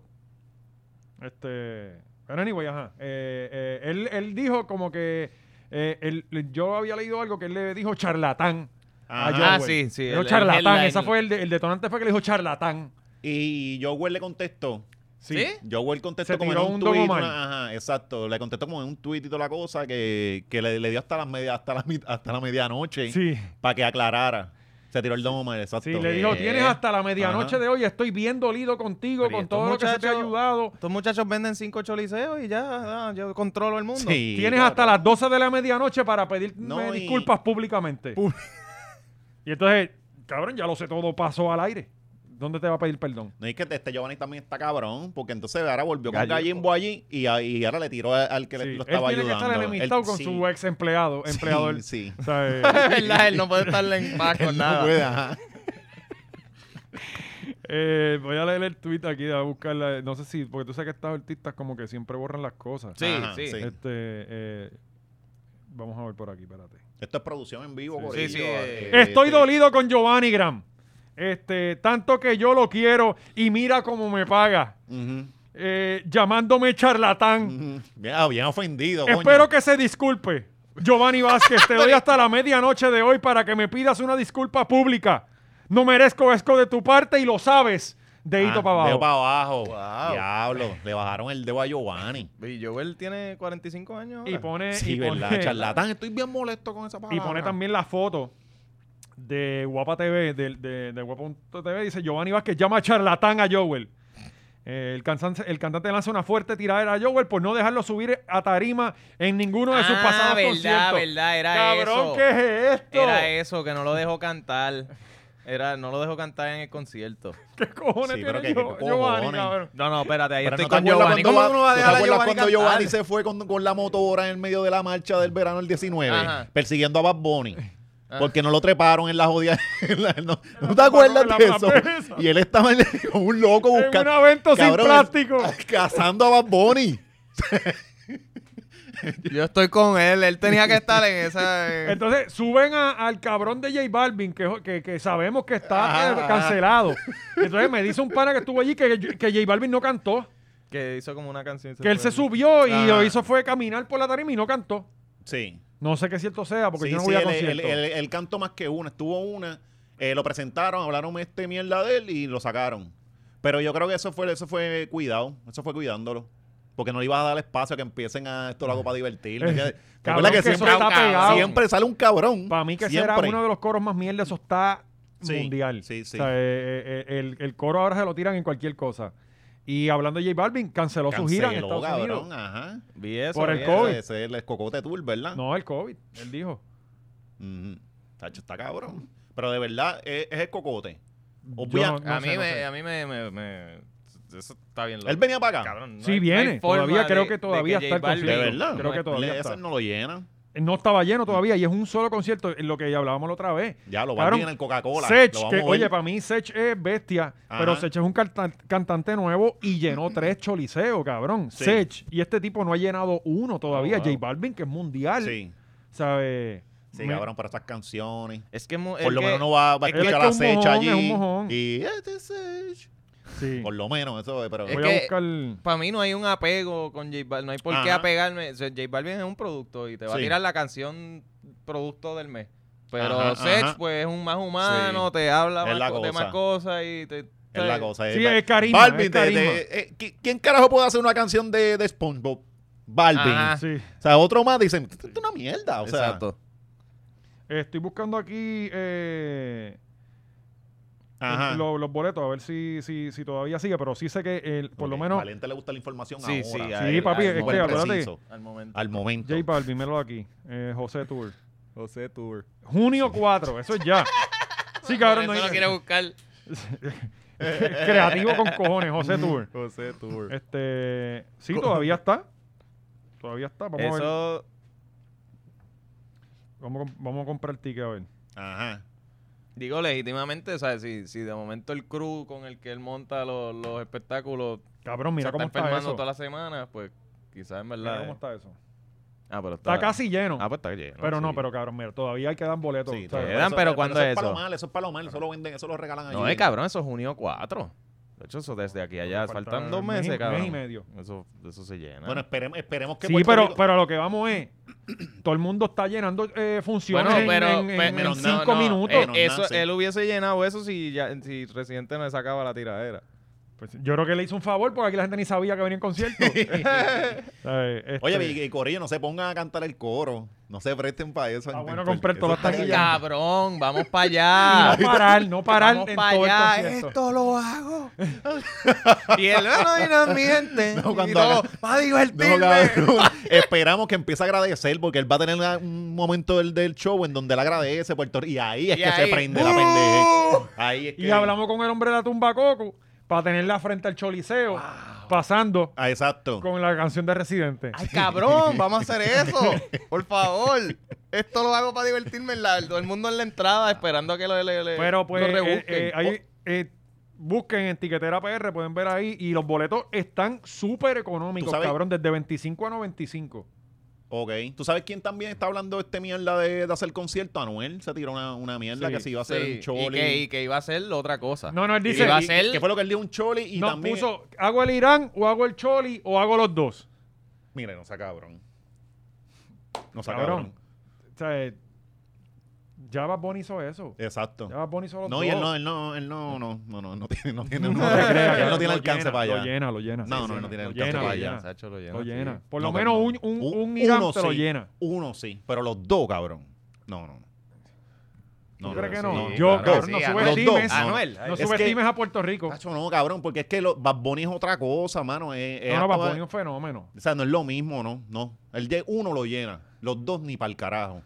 Este. Pero anyway, ajá. Eh, eh, él, él dijo como que. eh, él- yo había leído algo que él le dijo charlatán. a Ajá. Joel. Ah, sí, sí, Dijo el- el charlatán. headline. Esa fue el, de- el detonante fue que le dijo charlatán. Y Joel le contestó. ¿Sí? Joel contestó Se como en tiró un, un Don tweet. Omar. una- ajá, exacto. Le contestó como en un tweet y toda la cosa que, que le, le dio hasta, las media, hasta, la, mit- hasta la medianoche Sí. para que aclarara. Se tiró el Don Omar, exacto. Sí, le dijo, Eh. tienes hasta la medianoche Ajá. de hoy, estoy bien dolido contigo, Pero y con estos todo lo que se te ha muchachos- ayudado. Estos muchachos venden 5 choliseos y ya, ah, yo controlo el mundo. Sí, Tienes cabrón. hasta las 12 de la medianoche para pedirme No, y- disculpas públicamente. y entonces, cabrón, ya lo sé todo, pasó al aire. ¿Dónde te va a pedir perdón? No es que este Giovanni también está cabrón, porque entonces ahora volvió con Gallo. Gallimbo allí y, y ahora le tiró a- al que le, Sí, lo Él estaba tiene que ayudando. estar enemistado con sí, su ex empleado. sí, empleador. Sí, O sea, eh, Es verdad, él no puede estarle en paz con Él no nada. puede, ajá. eh, voy a leer el tweet aquí, a buscarla. No sé si, porque tú sabes que estos artistas como que siempre borran las cosas. Sí, Ajá, sí. Este, eh, vamos a ver por aquí, espérate. Esto es producción en vivo, Sí, por sí, eh. Estoy dolido dolido con Giovanni Graham. Este, tanto que yo lo quiero y mira cómo me paga. Eh, llamándome charlatán. Bien, bien ofendido. Mm, coño. Espero que se disculpe. Giovanni Vázquez, te doy hasta la medianoche de hoy para que me pidas una disculpa pública. No merezco esto de tu parte y lo sabes. Dedito Ah, para abajo. dedo pa' abajo. Wow. Diablo, le bajaron el dedo a Giovanni. Y Joel tiene 45 años ahora. Y pone, Sí, Eh, y verdad, pone- charlatán. Estoy bien molesto con esa palabra. y pone también la foto de Guapa TV, de, de, de Guapa.tv, dice Giovanni Vázquez llama charlatán a Joel. Eh, el, cantante, el cantante lanza una fuerte tiradera a Joel por no dejarlo subir a tarima en ninguno de sus Ah, pasados verdad, conciertos. verdad, era Cabrón, eso. ¿qué es esto? Era eso, que no lo dejó cantar. Era, no lo dejó cantar en el concierto. ¿Qué cojones Sí, pero tiene que- que Gio- cojones. Giovanni, cabrón? No, no, espérate, ahí Pero estoy no te con acuerdas Giovanni. cuando ¿Cómo va- uno va a ¿tú te dejar a acuerdas Giovanni cuando cantar? Giovanni se fue con, con la motora en medio de la marcha del verano del 19? Ajá. Persiguiendo a Bad Bunny. Ah. Porque no lo treparon en la jodida. en la- no, ¿no te la- acuerdas en la- de en la eso? presa. Y él estaba en- como un loco En buscando. un evento sin Cabrón, plástico. Cazando a Bad Bunny. Yo estoy con él, él tenía que estar en esa... en- Entonces suben a- al cabrón de J Balvin, que, que- que sabemos que está Ajá. eh, cancelado. Entonces me dice un pana que estuvo allí que, que J Balvin no cantó. Que hizo como una canción. y Que él fue. se subió y Ajá. lo hizo fue caminar por la tarima y no cantó. Sí. No sé qué cierto sea, porque sí, yo no sí, voy a él- conciertos. él, él- él cantó más que una, estuvo una, eh, lo presentaron, hablaron este mierda de él y lo sacaron. Pero yo creo que eso fue, eso fue cuidado, eso fue cuidándolo. Porque no le ibas a dar espacio a que empiecen a esto lo hago para divertirme. Eh, que- cabrón, recuerda que, que eso siempre, está pegado. siempre sale un cabrón. Para mí que siempre. será uno de los coros más mierda, eso está Sí, mundial. sí, sí. O sea, eh, eh, el, el coro ahora se lo tiran en cualquier cosa. Y hablando de J Balvin, canceló, su gira en Canceló, Estados cabrón, ah. Unidos. ajá. Vi eso, Por el vi Ese- eso. COVID. Ese es el cocote tour, ¿verdad? No, el COVID, él dijo. Ujú. Tacho, está cabrón. Pero de verdad, es, es el cocote. Yo Obvia- no- no a, sé, mí no me, eh, sé. a mí me... me- me- Eso está bien loco. Él venía para acá. Cabrón, no Sí, hay- no viene. hay forma Todavía creo de- que de todavía está J el Balvin- De verdad. Creo que todavía Le- está. Ese no lo llenan. No estaba lleno todavía y es un solo concierto, en lo que hablábamos la otra vez. Ya lo Cabrón, van a en el Coca-Cola. Sech, lo vamos que a ver. oye, para mí Sech es bestia, Ajá. pero Sech es un canta- cantante nuevo y llenó tres choliseos, cabrón. Sí. Sech, y este tipo no ha llenado uno todavía. Oh, wow. J Balvin, que es mundial, Sí, ¿sabe? sí, Me- cabrón, para estas canciones. Es que... mu- Por es lo que- menos no va, va a es que escuchar es la un mojón, Secha es un allí. mojón. Y este es Sech. Sí. Por lo menos, eso es, pero. Es Voy que- a buscar... Para mí no hay un apego con J Balvin. No hay por qué Ajá. apegarme. O sea, J Balvin es un producto y te va Sí. a tirar la canción producto del mes. Pero Ajá, Sech, ajá. pues, es un más humano, Sí. te habla Es más la co- de cosa. más cosas y te... es la cosa. Sí, es carisma, Balvin, es de- de- carisma. eh, ¿qui- ¿quién carajo puede hacer una canción de, de SpongeBob? Balvin. Ajá. Sí. O sea, otro más dicen, esto es una mierda. O sea, Exacto. Estoy buscando aquí eh, Ajá. lo- los boletos, a ver si, si, si todavía sigue, pero sí sé que el- por lo Ok, menos Valiente le gusta la información Sí, sí, ahora. a Sí, él, papi, al es que Súper acuérdate- preciso, Al momento. Al momento. J Balvin, míralo aquí, eh, José Tour. José Tour. Junio 4, eso es ya. Sí, cabrón, no no hay- lo quiere buscar. creativo con cojones, José Tour. José Tour. Este, sí, todavía está. Todavía está. Vamos a ver. Eso... Vamos, a comp- vamos a comprar el ticket a ver. Ajá. Digo legítimamente, ¿sabes? Si, si de momento el crew con el que él monta los, los espectáculos Cabrón, mira se cómo está está enfermando eso. todas las semanas, pues quizás en Mira verdad. cómo eh. está eso. Ah, pero está. Está casi lleno. Ah, pues está lleno. pero no, sí. pero cabrón, mira, todavía quedan boletos. ¿sabes? Sí, todo te eso, dan, pero ¿cuándo eso es eso? palomal, eso es palomal, eso lo venden, eso lo regalan allí. No, eh, cabrón, eso es junio 4. De hecho, eso desde aquí a allá. Faltan Faltan dos mes y- meses, cabrón. mes y medio. Eso, eso se llena. Bueno, esperemos, esperemos que Sí, Puerto pero, Rico- pero lo que vamos es, todo el mundo está llenando eh, funciones Bueno, en- pero- en, en- pe- en pero no, cinco no, minutos. eh, Menos eso, nada, sí. Él hubiese llenado eso si, ya, si Residente no le sacaba la tiradera. Pues, yo creo que le hizo un favor porque aquí la gente ni sabía que venía en concierto. ¿Sabes? Este, Oye, y, y Corillo, no se pongan a cantar el coro. No se presten para eso. Ah, ent- bueno, ent- comprar eso todas está las cañón. taquillas. Cabrón, vamos para y allá. no parar, no parar ah. Vamos en pa' todo el allá, concierto. lo hago. y él, no, no, y no, mi gente. No, cuando y todo, haga- va a No, divertirme. cabrón. Esperamos que empiece a agradecer porque él va a tener una- un momento del, del show en donde él agradece Puerto Rico. Y ahí es Y que ahí, se prende la ¡uh! pendeja. Ahí es que. Y hablamos con el hombre de la tumba Coco para tenerla frente al choliseo, pasando Ah, exacto. con la canción de Residente. Ay, cabrón, vamos a hacer eso. Por favor. Esto lo hago para divertirme. en la- todo el mundo en la entrada esperando a que lo, le, le- Pero pues, lo eh, rebusquen. Oh, eh, ahí, Oh. eh, busquen en Tiquetera PR, pueden ver ahí. Y los boletos están súper económicos, ¿Tú sabes? cabrón, desde 25 a 95. Ok. ¿Tú sabes quién también está hablando de este mierda de, de hacer concierto? Anuel se tiró una, una mierda Sí, que se iba a hacer Sí, un choli. y, que, y que iba a ser otra cosa. No, no, él Ah. Y dice, va a y- ser- que fue lo que él dio un choli y no, también. puso, ¿hago el Irán o hago el Choli o hago los dos? Mira, no sea cabrón. No sea Cabrón. cabrón. O sea, eh, ya Bad Bunny hizo eso. Exacto. Ya Bad Bunny hizo los No, dos. y él no, él no, él no, no, no, no, no tiene, no tiene, No te creas, él no cabrón, tiene lo alcance llena, para allá. Lo llena, lo llena. No, Sí, no, sí, no tiene lo alcance llena, para lo allá. llena. Sacho, lo llena, Lo sí. llena. Por lo No, menos pero un, no. un, U- un Irán uno te lo sí, llena. Uno sí, pero los dos, cabrón. No, no. ¿Tú crees que sí, no? no, Yo, claro cabrón, que no sí, Anuel. subestimes. Los dos. Anuel. Ah, No Es que- subestimes a Puerto Rico. Tacho, no, cabrón, porque es que lo, Bad Bunny es otra cosa, mano. es- es No, no, hasta- Bad Bunny es un fenómeno. O sea, no es lo mismo, ¿no? No. El de uno lo llena, los dos ni para el carajo.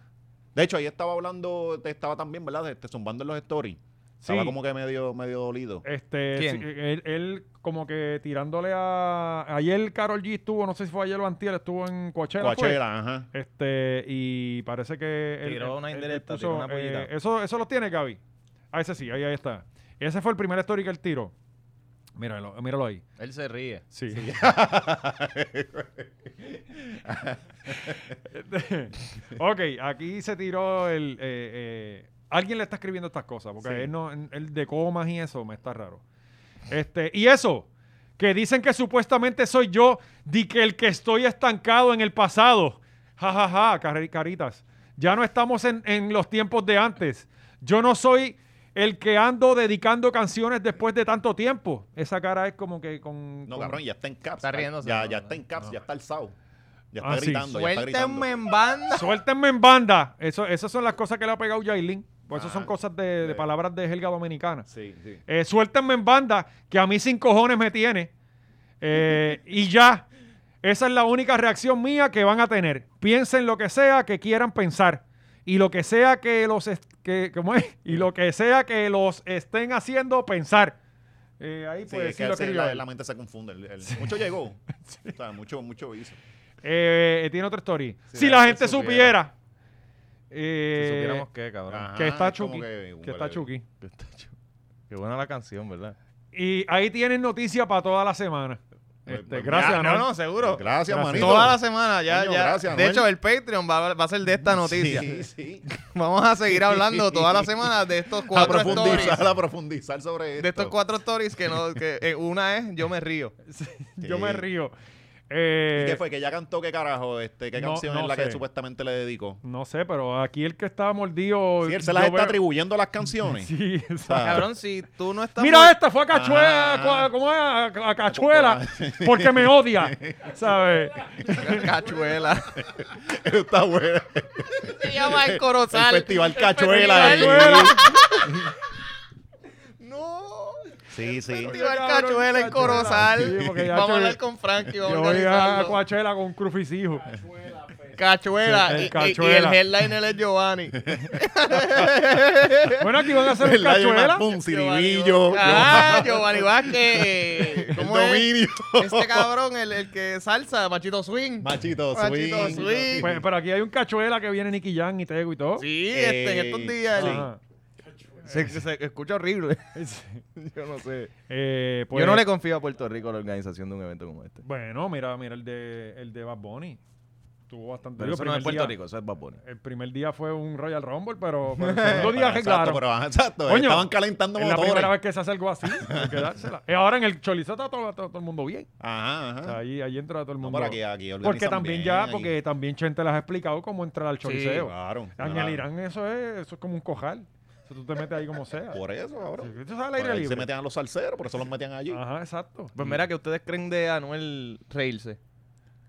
De hecho, ahí estaba hablando, te estaba también, ¿verdad? Este, zumbando en los stories. Estaba Sí. como que medio, medio dolido. Este, ¿Quién? sí, él, él como que tirándole a... Ayer Carol G estuvo, no sé si fue ayer o antier, estuvo en Coachella. fue. Coachella, ajá. Este, y parece que... él- Tiró él- una él- él indirecta, tiró una pollita. eh, eso, eso lo tiene, Gaby. Ah, ese sí, ahí, ahí está. Ese fue el primer story que él tiró. Míralo, míralo ahí. Él se ríe. Sí. ok, aquí se tiró el... eh, eh, alguien le está escribiendo estas cosas, porque Sí. él, no, él de comas y eso me está raro. Este, y eso, que dicen que supuestamente soy yo, di que el que estoy estancado en el pasado. Ja, ja, ja, cari- caritas. Ya no estamos en, en los tiempos de antes. Yo no soy el que ando dedicando canciones después de tanto tiempo. Esa cara es como que con... No, con- cabrón, ya está en caps. Está riéndose, Ya, no, ya no, está en caps, no. ya está alzado. Ya Ah, está sí. gritando, ya está gritando. Suéltenme en banda. Suéltenme en banda. Eso, esas son las cosas que le ha pegado Yailin. Por eso Ah, son cosas de, de sí. palabras de jerga dominicana. Sí, sí. Eh, suéltenme en banda, que a mí sin cojones me tiene. Eh, y ya. Esa es la única reacción mía que van a tener. Piensen lo que sea que quieran pensar. Y lo que sea que los est- que, ¿cómo es? Y lo que sea que los estén haciendo pensar. Eh, ahí Sí, pues es sí que lo se- escribió la, él. la mente se confunde. el- el- Mucho llegó. O sea, mucho, mucho hizo. Eh, tiene otra story. Si si la la gente gente supiera. supiera. eh, Si supiéramos qué, cabrón. Ajá, que está es como Chucky. que- Que, está Chucky. Qué está chulo. Qué buena la canción, ¿verdad? Y ahí tienen noticia para toda la semana. Pues, Este, pues, gracias, Ya, Anuel. No, no, seguro. Gracias, manito. Toda la semana, ya, Coño, ya. gracias, de Anuel. hecho, el Patreon va, va a ser de esta noticia. Sí, sí. Vamos a seguir hablando toda la semana de estos A cuatro stories. profundizar, a profundizar sobre esto. De estos cuatro stories que no, que eh, una es yo me río. Yo Sí. me río. ¿Y Eh, ¿Qué fue? ¿Que ya cantó qué carajo? Este, ¿Qué No, canción no es la sé. que supuestamente le dedicó? No sé, pero aquí el que está mordido. Sí, él se yo las está veo- atribuyendo las canciones. Sí, exacto. sea, Cabrón, si tú no estás Mira muy- esta, fue a Cachuela, Ah. cua- ¿cómo es? A, a Cachuela, porque me odia, ¿sabes? Cachuela. Está bueno. Se llama el El Corozal. festival Cachuela. Cachuela. ahí. No. Sí, sí. Festival Cabrón, Cachuela en Cachuela. Corozal. Sí, porque ya Vamos a Chu- hablar con Frankie. Yo Vamos a voy a organizarlo. Coachella con un crucifijo. Cachuela. El Y- y- Cachuela. Y, el headliner es Giovanni. Bueno, aquí van a hacer un ¿Verdad? Yo me Cachuela. armo Un Giovanni ciribillo. Vázquez. Ah, Giovanni Vázquez. eh, El ¿Cómo es? dominio. Este cabrón, el, el que salsa, Machito Swing. Machito Machito swing. Swing. Pues, pero aquí hay un Cachuela que viene Nicky Jan y Tego y todo. Sí, este, en Eh, estos días. sí. el- Ajá. Se, se escucha horrible. Yo no sé. Eh, Yo no pues- le confío a Puerto Rico la organización de un evento como este. Bueno, mira, mira el de el de Bad Bunny. Tuvo bastante Pero digo, eso no es primer Puerto día- Rico, eso es Bad Bunny. El primer día fue un Royal Rumble, pero, pero el segundo día Exacto, arreglaron. pero, ajá, exacto, Coño, estaban calentando es la motores. primera vez que se hace algo así. hay que dársela. Eh, Ahora en el Cholizo está todo, todo- todo el mundo bien. Ajá, ajá. O sea, ahí, ahí entra todo el Ah. No, mundo. pero aquí, aquí porque organizan también bien, ya, ahí. Ah, porque también Chente les ha explicado cómo entrar al Choliseo. Claro. en Nada. el Irán eso es, eso es como un cojal. O sea, tú te metes ahí como sea. Por eso, Sí, cabrón. tú sabes al Por aire ahí se libre. Ah. metían a los salseros, por eso los metían allí. Ajá, exacto. Pues mira, que ustedes creen de Anuel reírse.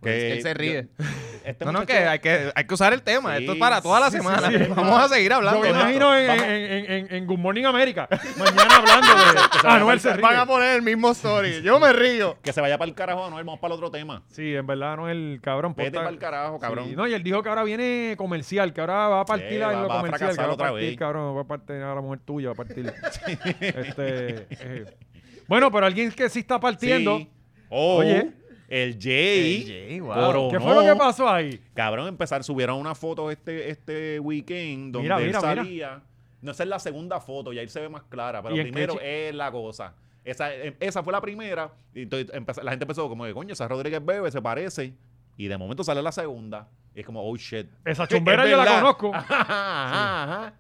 Pues Que él se ríe. Este no, no, muchacho- que hay, que hay que usar el tema. Sí, Esto es para toda la sí, semana. sí, sí. Vamos a seguir hablando. Yo me de esto. imagino en, en, en- en Good Morning America. Mañana hablando de Anuel se Van a ríe. poner el mismo story. Yo me río. Que se vaya para el carajo, Anuel, vamos para el otro tema. Sí, en verdad Anuel, cabrón. Vete posta- para el carajo, cabrón. Sí, no, y él dijo que ahora viene comercial, que ahora va a partir Sí, a va- lo va a comercial, que fracasar va a otra partir, vez. cabrón, va a partir a la mujer tuya, va a partir. este, eh, Bueno, pero alguien que sí está partiendo. Sí. Oh, Oye. El Jay. El Jay, wow. Coronó. ¿Qué fue lo que pasó ahí? Cabrón, empezar, subieron una foto este, este weekend donde Mira, él mira, mira. salía. No, esa es la segunda foto, y ahí se ve más clara, pero Y en primero qué es la cosa. Esa, em- esa fue la primera, y entonces empezó- la gente empezó como que, coño, esa Rodríguez Bebe se parece, y de momento sale la segunda, y es como, oh shit. Esa chumbera Es yo la verdad. Ah, conozco. Ajá, ajá, ajá.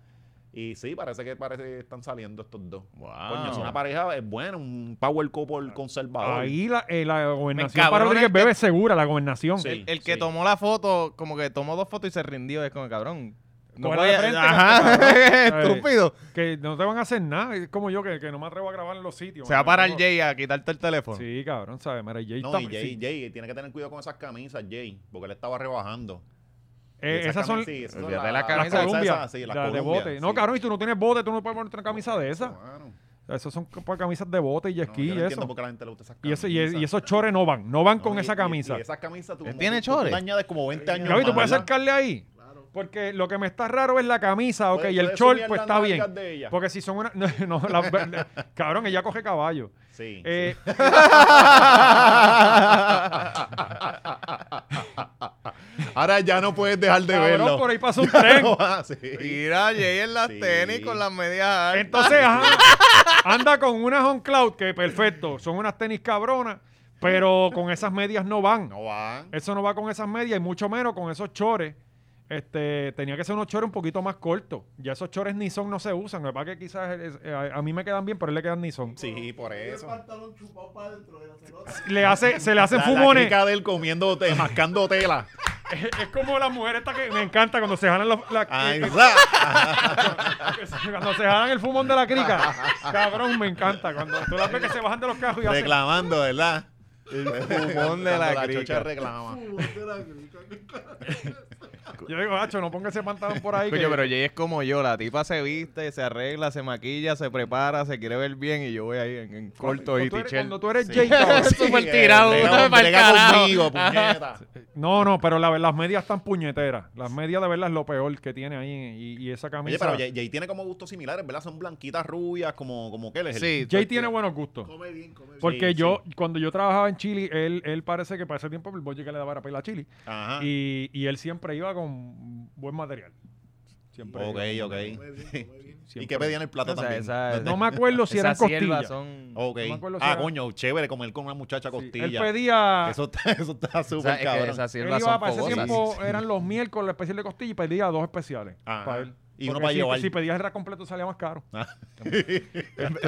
Y sí, parece que parece que están saliendo estos dos. Wow. Coño, es una pareja, es buena, un power couple conservador. Ah. Ahí la, eh, la gobernación para encabrona Rodríguez el que- Bebe es segura, la gobernación. este- Sí. El, el que sí. tomó la foto, como que tomó dos fotos y se rindió. Es como cabrón. No Coge la voy a- frente, Ajá, cabrón. estúpido. Que no te van a hacer nada. Es como yo que, que no me atrevo a grabar en los sitios. Se va a parar Como- Jay a quitarte el teléfono. Sí, cabrón, ¿sabes? Mira, Jay No, está- y Jay, sí. Jay, tiene que tener cuidado con esas camisas, Jay, porque él estaba rebajando. Eh, Y esas son camisas, sí, esas son Olvídate la- de la la- las camisa, esas- Columbia, esas, sí, las las de Columbia, bote. sí. No, cabrón, y tú no tienes bote, tú no puedes poner una camisa de esas. Mano, no, Esos son para camisas de bote y yo esquí no y entiendo eso. por qué la gente le gusta esas Y, ese- y, camisas. y esos chores no van, no van No, con y- esa y- camisa. Y, esas camisas tú, Él tú- tiene tú- tú chores. dañas de como 20 años. Gaby, tú más, puedes ¿verdad? acercarle ahí. Claro. Porque lo que me está raro es la camisa, ok, Puedes- y el puedes short, subir pues las está bien. nalgas de ella. Porque si son una. No, no, la- la- cabrón, ella coge caballo. Sí. Eh, Ahora ya no puedes dejar de cabrón, por ahí pasa un tren. Ah, sí. Mira, Jay en las tenis con las medias altas. Entonces, ajá, anda con unas on cloud, que perfecto, son unas tenis cabronas, pero con esas medias no van. No van. Eso no va con esas medias y mucho menos con esos chores. Este, tenía que ser unos chores un poquito más cortos. Ya esos chores ni son, no se usan. Lo que pasa es que quizás es- eh, a, a mí me quedan bien, pero a él le quedan ni son. Sí, por Tiene el eso. pantalón chupado para adentro de la pelota. Le hace, se le hacen La- La fumones. crítica de él comiendo, te- mascando tela. es, es como las mujeres estas que me encanta cuando se jalan los- la- Ay, que- ra. que- cuando se jalan el fumón de la crica. Cabrón, me encanta. Cuando tú las ves que se bajan de los cajos y hacen. Reclamando, ¿verdad? El fumón de la crica. chocha reclama. Fútbol de la grica. Yo digo, Hacho, no ponga ese pantalón por ahí. Coño, que- pero Jay es como yo, la tipa se viste, se arregla, se maquilla, se prepara, se quiere ver bien y yo voy ahí en, en corto y cuando, tú eres, tichel. cuando tú eres Sí, Jay, cabrón. sí, Súper eh, tirado, brega- ¿sabes? Pa'l brega carajo. conmigo, puñeta. No, no, pero la- las medias están puñeteras. Las medias de verdad es lo peor que tiene ahí. Y, y esa camisa. Oye, pero Jay, Jay tiene como gustos similares, ¿verdad? Son blanquitas, rubias, como, como que él es el- Sí, Jay tiene buenos gustos. Come bien, come bien. Porque Sí, yo, cuando yo trabajaba en Chile, él, él parece que para ese tiempo el boy que le daba la pela a Chile. Ajá. Y, y él siempre iba con buen material. Siempre. Ok, iba con- ok. Come bien, come bien. siempre. ¿Y qué pedían el plato O sea, también? esa- No me acuerdo si eran Esas costillas. siervas son- Ok. no me acuerdo si ah, era- coño, chévere comer con una muchacha Sí, él costilla. pedía. Eso está eso está o súper sea, es que cabrón. esas él siervas iba son para ese fogosas. tiempo, eran los miércoles especial de costilla y pedía dos especiales. Ajá. para él. Ah. Y uno Porque para si, llevar. Si pedías el rack completo salía más caro. Este,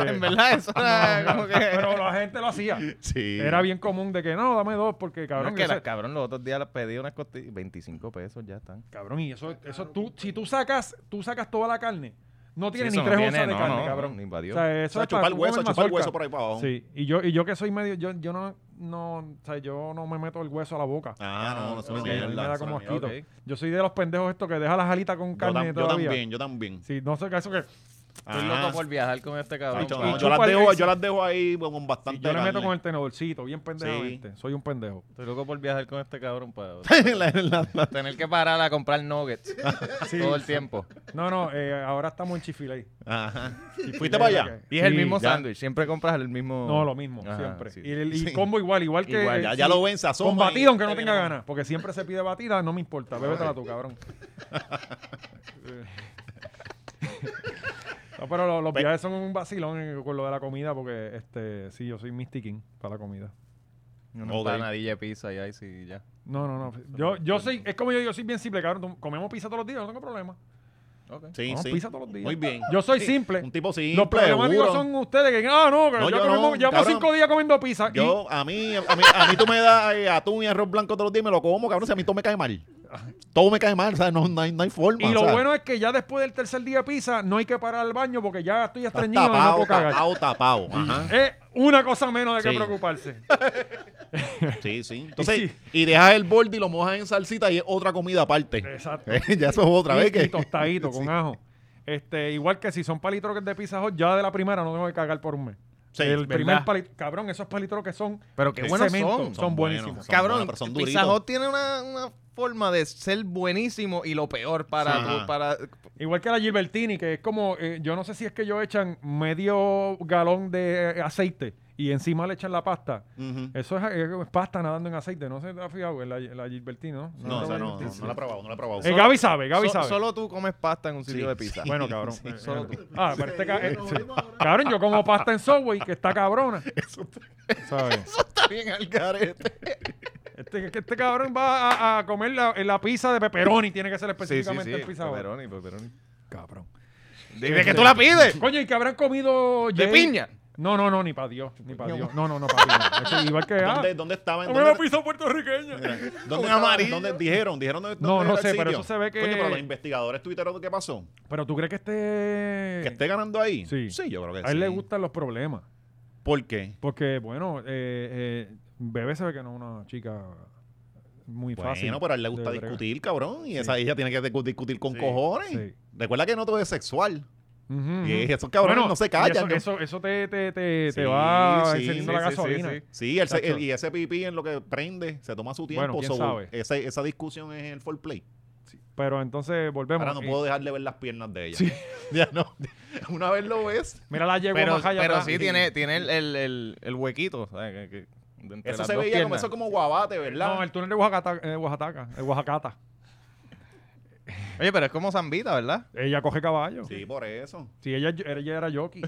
En verdad, eso Ah, era como que... Pero la gente lo hacía. Sí. pues, Era bien común de que no, dame dos, porque No, cabrón. es que eso- las- cabrón, los otros días las pedí unas costillas, 25 pesos ya están. Cabrón, y eso, eso tú, si tú sacas, tú sacas toda la carne, no tienes eso ni no tres tiene, onzas de no, carne, no, cabrón. no, invadió. O sea, eso O sea, es para chupar tú hueso, comer chupar mazorca. hueso por ahí para abajo. Sí, y yo, y yo que soy medio, yo, yo no, no, o sea, yo no me meto el hueso a la boca. Ah, no, no, eso no Sí, es a mí mierda, me da eso no como es mierda. asquito. ok. Yo soy de los pendejos estos que deja la jalita con Yo, carne tam- yo todavía. también, yo también. Sí, no sé qué eso que. Estoy Ah, loco por viajar con este cabrón. macho, y no, yo, chupa las el dejo, ex. yo las dejo ahí con bastante Sí, yo le meto carne. con el tenedorcito, bien pendejamente. Soy un pendejo. Estoy loco por viajar con este cabrón para La- la- la- tener que parar a comprar nuggets Sí. todo el tiempo. No, no, eh, ahora estamos en Chifiley. Ajá. ¿Fuiste para allá? Y es el Sí, mismo ya. sándwich, siempre compras el mismo. No, lo mismo, Ajá, siempre. sí. Y, el, y Sí. combo igual, igual que. Igual, Ya, sí. ya lo eh. ven, se asoma. Con y- batido, aunque no tenga ganas. Porque siempre se pide batida, no me importa. Bébetela tú, cabrón. No, pero lo- los Pe- viajes son un vacilón eh, con lo de la comida, porque este, sí, yo soy mistiquín para la comida. Una Ok. empanadilla de pizza y ahí sí, ya. No, no, no. Yo, yo soy, es como yo digo, soy bien simple, cabrón. Tú- Comemos pizza todos los días, no tengo problema. Sí, Comemos sí. pizza todos los días. Muy bien. Yo soy Sí, simple. Un tipo simple. los problemáticos duro. son ustedes que, ah, no, que No, ya yo comemos- no, llevamos cabrón. cinco días comiendo pizza. Yo, a mí, a mí, a mí tú me das eh, atún y arroz blanco todos los días y me lo como, cabrón. Si a mí todo me cae mal. Todo me cae mal, o sea, no, no hay, no hay forma. y, y o lo sea, bueno es que ya después del tercer día de pizza, no hay que parar al baño porque ya estoy estás estreñido y no tapado, puedo cagar. tapado, tapado. Ajá. Es una cosa menos de que Sí. preocuparse. Sí, sí. Entonces, sí. y dejas el borde y lo mojas en salsita y es otra comida aparte. Exacto. ya eso es otra y, vez y que. tostadito con ajo. Este, igual que si son palitroques de Pizza Hot, ya de la primera no tengo que cagar por un mes. Sí, el ¿verdad? primer palit- cabrón, esos palitroques son Pero qué de buenos cemento, son. son buenísimos. buenos. Cabrón, buenos, pero son Pizza duritos. Hut tiene una, una forma de ser buenísimo y lo peor para... Sí. tu- Ajá. para Igual que la Gilbertini, que es como, eh, yo no sé si es que ellos echan medio galón de eh, aceite y encima le echan la pasta. Ujú. Eso es, es pasta nadando en aceite, no sé si te has fijado, en la, la Gilbertini, ¿no? No, o sea, no, no, Gilbertini. no la he probado, no la he probado. Eh, Gaby sabe, Gaby So- sabe. Solo tú comes pasta en un sitio Sí, de pizza. sí. Bueno, cabrón. eh, solo eh, tú. Ah, pero este ca- Sí, eh, nos sí. vemos ahora. Cabrón, yo como pasta en Subway, que está cabrona. Eso está- ¿sabes? está bien al garete. Este, que este cabrón va a, a comer la, la pizza de pepperoni, tiene que ser Sí, sí, específicamente sí. el pizza. Hut. Pepperoni, pepperoni. Cabrón. Dime que tú la pides. Coño, ¿y que habrán comido De Jay? piña. No, no, no, ni para Dios, ni para Dios. No, no, no, para Dios. Es que igual que ah, ¿Dónde, ¿Dónde estaba? en come la dónde- pizza puertorriqueña. Mira, ¿Dónde Un estaba? amarillo. ¿Dónde dijeron? ¿Dijeron dónde, No, dónde no era el sé, pero sitio? eso se ve que- Coño, pero los investigadores tuiteros, ¿qué pasó? Pero tú crees que este ¿Que esté ganando ahí? Sí. yo creo que sí. a él le gustan los problemas, ¿Por qué? porque bueno, eh, eh, Bebé se ve que no es una chica muy fácil. Bueno, pero a él le gusta de bregar. discutir, cabrón. Y esa ella tiene que discu- discutir con Sí, cojones. sí. Recuerda que no todo es sexual. Ujú, Y ujú. esos cabrones Bueno, no se y Eso, callan. eso, eso te, te, te, te Sí, va sí, encendiendo sí, la sí, gasolina. sí, sí. Sí, él se- Chacho. él- y ese pipí en lo que prende, se toma su tiempo. Bueno, quién sabe. esa, esa discusión es el foreplay. Pero entonces volvemos. Eh, Ahora no Y- puedo dejar de ver las piernas de ella. Ya no. Una vez lo ves, Mira la yegua Pero, más allá pero atrás. sí tiene, tiene el, el, el, el huequito. ¿sabes? Que- que- de entre eso las se dos veía como, piernas. eso como guabate, ¿verdad? No, el túnel de Oaxaca, eh, Oaxaca, eh, Oaxacata. Oye, pero es como Zambita, ¿verdad? Ella coge caballo. Sí, por eso. Sí, ella, ella era jockey.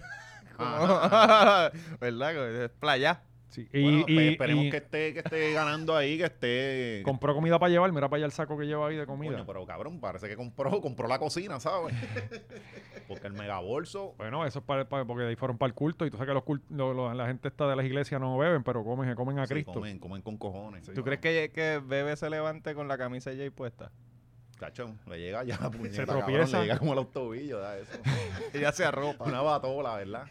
¿Verdad? Es playa. Sí, y, Bueno, y- pues esperemos y que esté, que esté ganando ahí, que esté. compró comida para llevar. Mira para allá el saco que lleva ahí de Coño, comida. pero cabrón, parece que compró, compró la cocina, ¿sabes? Porque el megabolso. pues, Bueno, eso es para, para- porque de ahí fueron para el culto. Y tú sabes que los cult- lo- lo- la gente esta de las iglesias no beben, pero comen, comen a sí, Cristo. comen, comen con cojones. ¿Tú crees que, que Bebe se levante con la camisa ya ahí puesta? Cachón, le llega ya la puñeta, Se cabrón, tropieza. le llega como a los tobillos, da eso. Ella se arropa. Una batola, ¿verdad?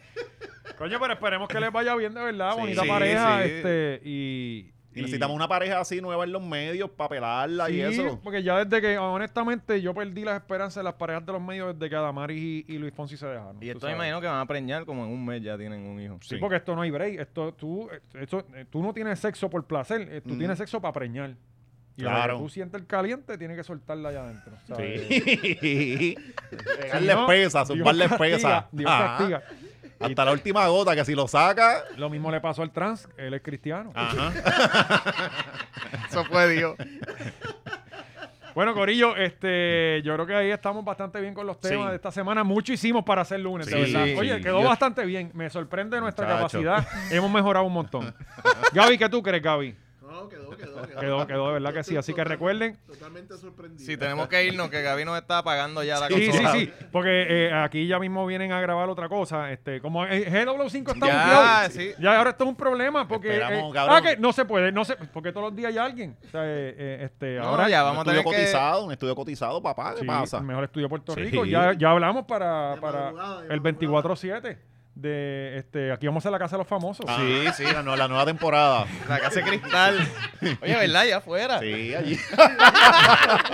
Coño, pero esperemos que les vaya bien de verdad. Sí, Bonita sí, pareja. sí. Este, y, Y necesitamos una pareja así nueva en los medios para pelarla Sí, y eso. porque ya desde que, honestamente, yo perdí las esperanzas de las parejas de los medios desde que Adamaris y, y Luis Fonsi se dejaron. Y tú esto me sabes. imagino que van a preñar como en un mes ya tienen un hijo. Sí, porque esto no hay break. Esto, tú, esto, eh, tú no tienes sexo por placer, eh, tú Ujú. tienes sexo para preñar. Y Claro. claro. tú sientes el caliente, tienes que soltarla allá adentro. ¿sabes? Si Sí. Pegarle no, pesa, Dios zumbarle castiga, pesa. Dios Ajá. castiga. Hasta la última gota, que si lo saca. Lo mismo le pasó al trans, él es cristiano. Ah. Ajá. Eso fue Dios. Bueno, Corillo, este, yo creo que ahí estamos bastante bien con los temas Sí. de esta semana. Mucho hicimos para hacer lunes, de Sí, verdad. sí. Oye, quedó Yo- bastante bien. Me sorprende nuestra Muchacho. capacidad. Hemos mejorado un montón. Gaby, ¿qué tú crees, Gaby? No, quedó, quedó, quedó. Quedó, quedó, de verdad que sí. Así que recuerden. Totalmente sorprendido. Si tenemos que irnos, que Gaby nos está apagando ya la Sí, sí, consola. sí. Porque eh, aquí ya mismo vienen a grabar otra cosa. Este, como eh, GW5 está Ya, buqueado, sí. Ya ahora esto es un problema porque. Esperamos, eh, cabrón. ah, que no se puede, no se, porque todos los días hay alguien. O sea, eh, eh, este, No, ahora ya un vamos a estudio tener que... cotizado, un estudio cotizado, papá. ¿Qué sí, pasa? el mejor estudio de Puerto Sí. Rico. Ya, ya hablamos para, De para madrugada, de el madrugada. 24-7 de este, aquí vamos a la casa de los famosos. Ah, Sí, sí. La, nue- la nueva temporada. La casa de cristal. Oye, ¿verdad? Allá afuera. Sí, allí.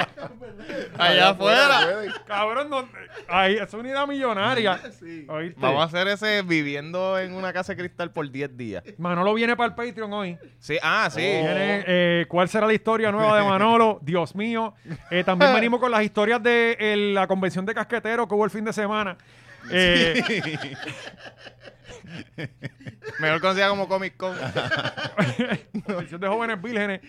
Allá afuera. puede. Cabrón, no- ahí es una idea millonaria. Sí. ¿Oíste? Vamos a hacer ese viviendo en una casa de cristal por 10 días. Manolo viene para el Patreon hoy. Sí, ah, sí. Oh. Viene, eh, ¿Cuál será la historia nueva de Manolo? Dios mío. Eh, también venimos con las historias de eh, la convención de casqueteros que hubo el fin de semana. Eh, Mejor conocida como Comic Con. Convención de jóvenes vírgenes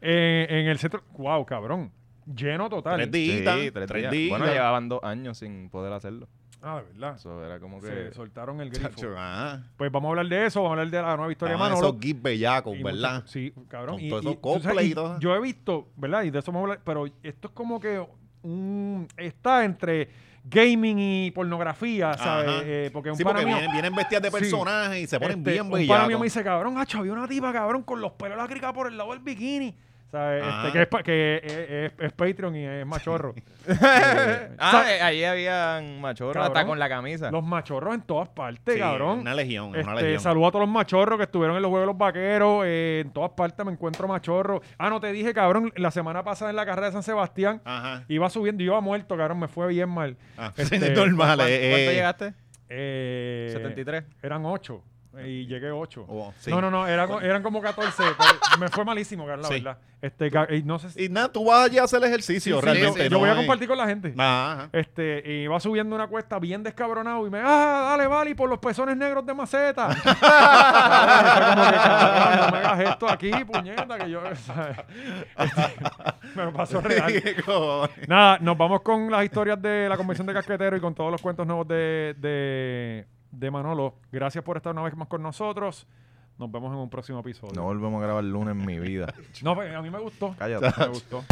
eh, en el centro. ¡Wow, cabrón! Lleno total. Tres días. Sí, tres días. días. Bueno, llevaban dos años sin poder hacerlo. Ah, de verdad. Eso era como que. Se soltaron el grifo. Chacho, ah. Pues vamos a hablar de eso, vamos a hablar de la nueva historia Ah, de Manolo. esos geeks bellacos, Y ¿verdad? mucho- sí, cabrón. Con todos esos tú sabes, cosplay y todo. Yo he visto, ¿verdad? Y de eso vamos a hablar, pero esto es como que un, está entre gaming y pornografía, ¿sabes? Ajá. Eh, porque un sí, pana porque mío- vienen, vienen vestidas de Sí. personajes y se ponen este, bien Un pana mío me bellacos. dice, cabrón, hacho, había una tipa, cabrón, con los pelos lacricados por el lado del bikini. ¿Sabes? Ajá. Este, que es, pa- que es- es- es Patreon y es machorro. Ah, eh, ahí habían machorros hasta Cabrón. con la camisa. los machorros en todas partes, Sí, cabrón. Una legión, una Este, legión. saludo a todos los machorros que estuvieron en los Juegos de los Vaqueros. eh, en todas partes me encuentro machorro. Ah, no te dije, cabrón, la semana pasada en la carrera de San Sebastián Ajá. iba subiendo y yo a muerto, cabrón, me fue bien mal. Ah, Este, es normal. ¿Cuánto, eh, cuánto eh, llegaste? Eh, 73. Eran 8 y llegué 8. Oh, sí. No, no, no, eran, eran como 14. pero me fue malísimo, cabrón, la Sí. verdad. Este, ca- y no sé si- Y nada, tú vas allí a hacer el ejercicio, sí, realmente. yo, yo no voy a hay- compartir con la gente. Ajá, ajá. Este, y iba subiendo una cuesta bien descabronado y me, ah, dale, vale, y por los pezones negros de maceta. Fue como que, "Cabrón, no me hagas esto aquí, puñeta, que yo, ¿sabes? Este, me lo paso real. Cojones. Nada, nos vamos con las historias de la convención de casquetero y con todos los cuentos nuevos de, de, de Manolo. Gracias por estar una vez más con nosotros. Nos vemos en un próximo episodio. volvemos a grabar lunes en mi vida. No, pues, a mí me gustó. Cállate. Me gustó.